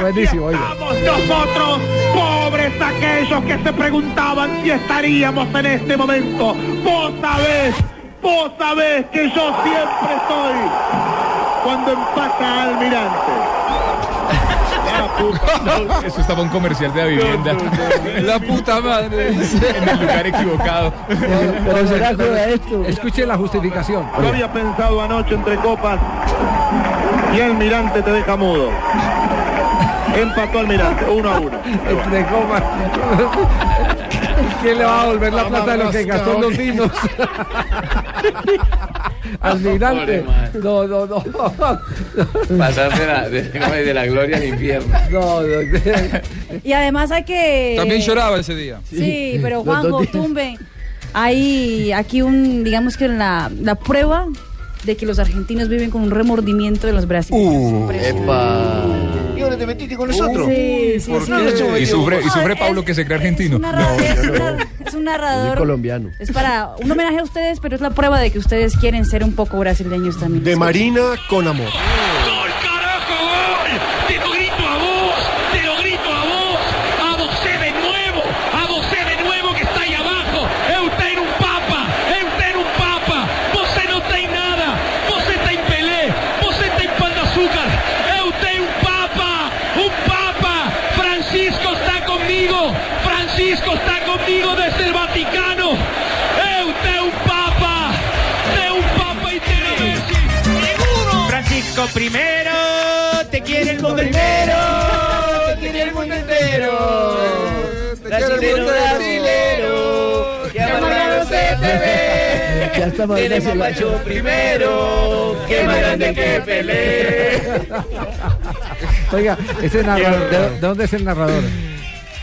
Buenísimo, oiga.
Nosotros, pobres aquellos que se preguntaban si estaríamos en este momento. Vos sabés, vos sabés que yo siempre estoy cuando empata Almirante.
Eso estaba un comercial de la vivienda.
La puta madre.
En el lugar equivocado.
Escuche la justificación.
Lo había pensado anoche entre copas y Almirante te deja mudo. Empató Almirante, uno a uno.
Entre copas. ¿Quién le va a volver la plata de lo que gastó en los vinos? Almirante. No, no, no.
Pasar de la, de, ¿cómo es? de la gloria al infierno.
No, no.
Y además hay que...
También lloraba ese día.
Eh, Sí, pero
Los dos
Juanjo,
días.
tumbe. Hay aquí un, digamos que la, la prueba de que los argentinos viven con un remordimiento de los brasileños.
Uh,
Y ahora te metiste con nosotros.
Sí, sí,
¿Por
sí.
qué?
Y sufre,
Ah,
y sufre Pablo que se cree argentino.
Es un narrador.
colombiano.
Es para un homenaje a ustedes, pero es la prueba de que ustedes quieren ser un poco brasileños también.
De Marina con amor.
Te lo grito a vos, te lo grito a vos, a você de nuevo, a você de nuevo que está ahí abajo. Eu tenho un papa, eu tenho un papa, você no tem nada, você tem Pelé, você tem pão de açúcar. Eu tenho un papa, un papa, Francisco está conmigo, Francisco está conmigo desde el Vaticano. Eu tenho un papa, tenho un papa y tenho Messi.
Francisco primero, te quiere el mundo
entero,
te quiere el mundo entero.
Brasilero, brasilero, que amargado se te ve.
Ya estamos
Tenemos
hablando de-
macho primero, que más grande que Pelé.
Oiga, ese narrador, ¿de, de dónde es el narrador?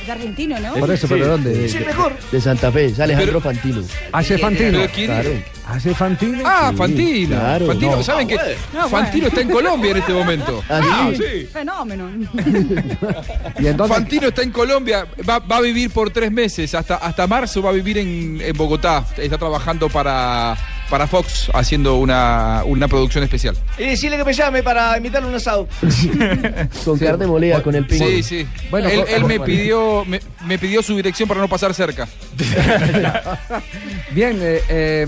Es argentino, ¿no?
Por eso, pero ¿dónde?
Es el mejor.
De Santa Fe, es Alejandro Fantino.
¿Hace Fantino?
¿Pero quién es?
Claro. ¿Hace Fantino?
Ah, Fantino.
claro,
Fantino,
no.
¿saben qué?
No,
Fantino
bueno.
está en Colombia en este momento.
Ah, Fenómeno.
Fantino está en Colombia, va, va a vivir por tres meses, hasta, hasta marzo va a vivir en, en Bogotá. Está trabajando para, para Fox haciendo una, una producción especial.
Y decirle que me llame para invitarle un asado.
Con carne molida, con el pico.
Sí, sí.
Bueno,
él
por-
él
por-
me, pidió, me, me pidió su dirección para no pasar cerca.
Bien, eh, eh,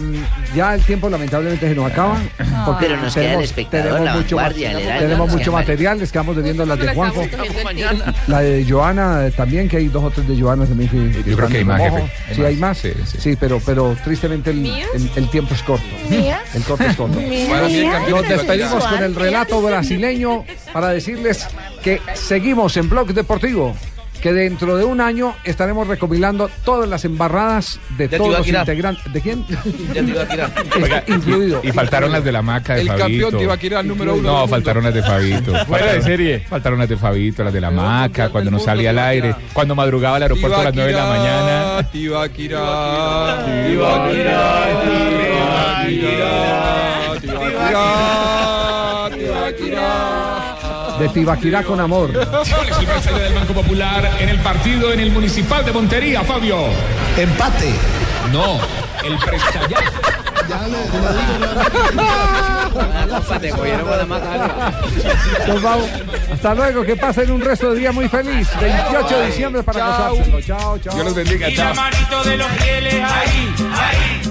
ya el tiempo lamentablemente se nos acaba. porque
Ah. Pero nos queda el espectador, la vanguardia, el Heraldo,
tenemos
nos
mucho
queda
material, les quedamos debiendo las de Juanjo.
mañana.
La de Joana eh, también, que hay dos o tres de Joana también. Que, Yo
creo que hay más, jefe. Hay
Sí,
más.
hay más. Sí, pero, pero tristemente el, el- el tiempo es corto. El corto es corto.
Mías. Bueno, sí, el campeón
Nos
de la
despedimos
actualidad.
con el relato brasileño para decirles que seguimos en Blog Deportivo. Que dentro de un año estaremos recopilando todas las embarradas de
te
todos
iba a
los
tirar.
integrantes. ¿De quién?
Oiga, y-
Incluido.
Y, faltaron las de la maca de
El
Fabito.
campeón de Ibaquirá, el número uno del
No,
mundo.
faltaron las de Fabito.
Fuera de
Faltaron-
serie.
Faltaron las de Fabito, las de la maca, cuando no salía al aire, cuando madrugaba al aeropuerto a las 9 de la mañana.
Ah, Tibaquirá,
De Tibaquirá con amor.
¿Cuál es el mensaje del Banco Popular en el partido en el municipal de Montería, Fabio? Empate. No, el presayazo. Ah,
Nos vamos. Hasta luego, que pasen un resto de día muy feliz. 28 de diciembre para
Chao.
Cosárselo. Chao, chao.
Dios los bendiga,
Y la
chao.
manito de los fieles ahí, ahí.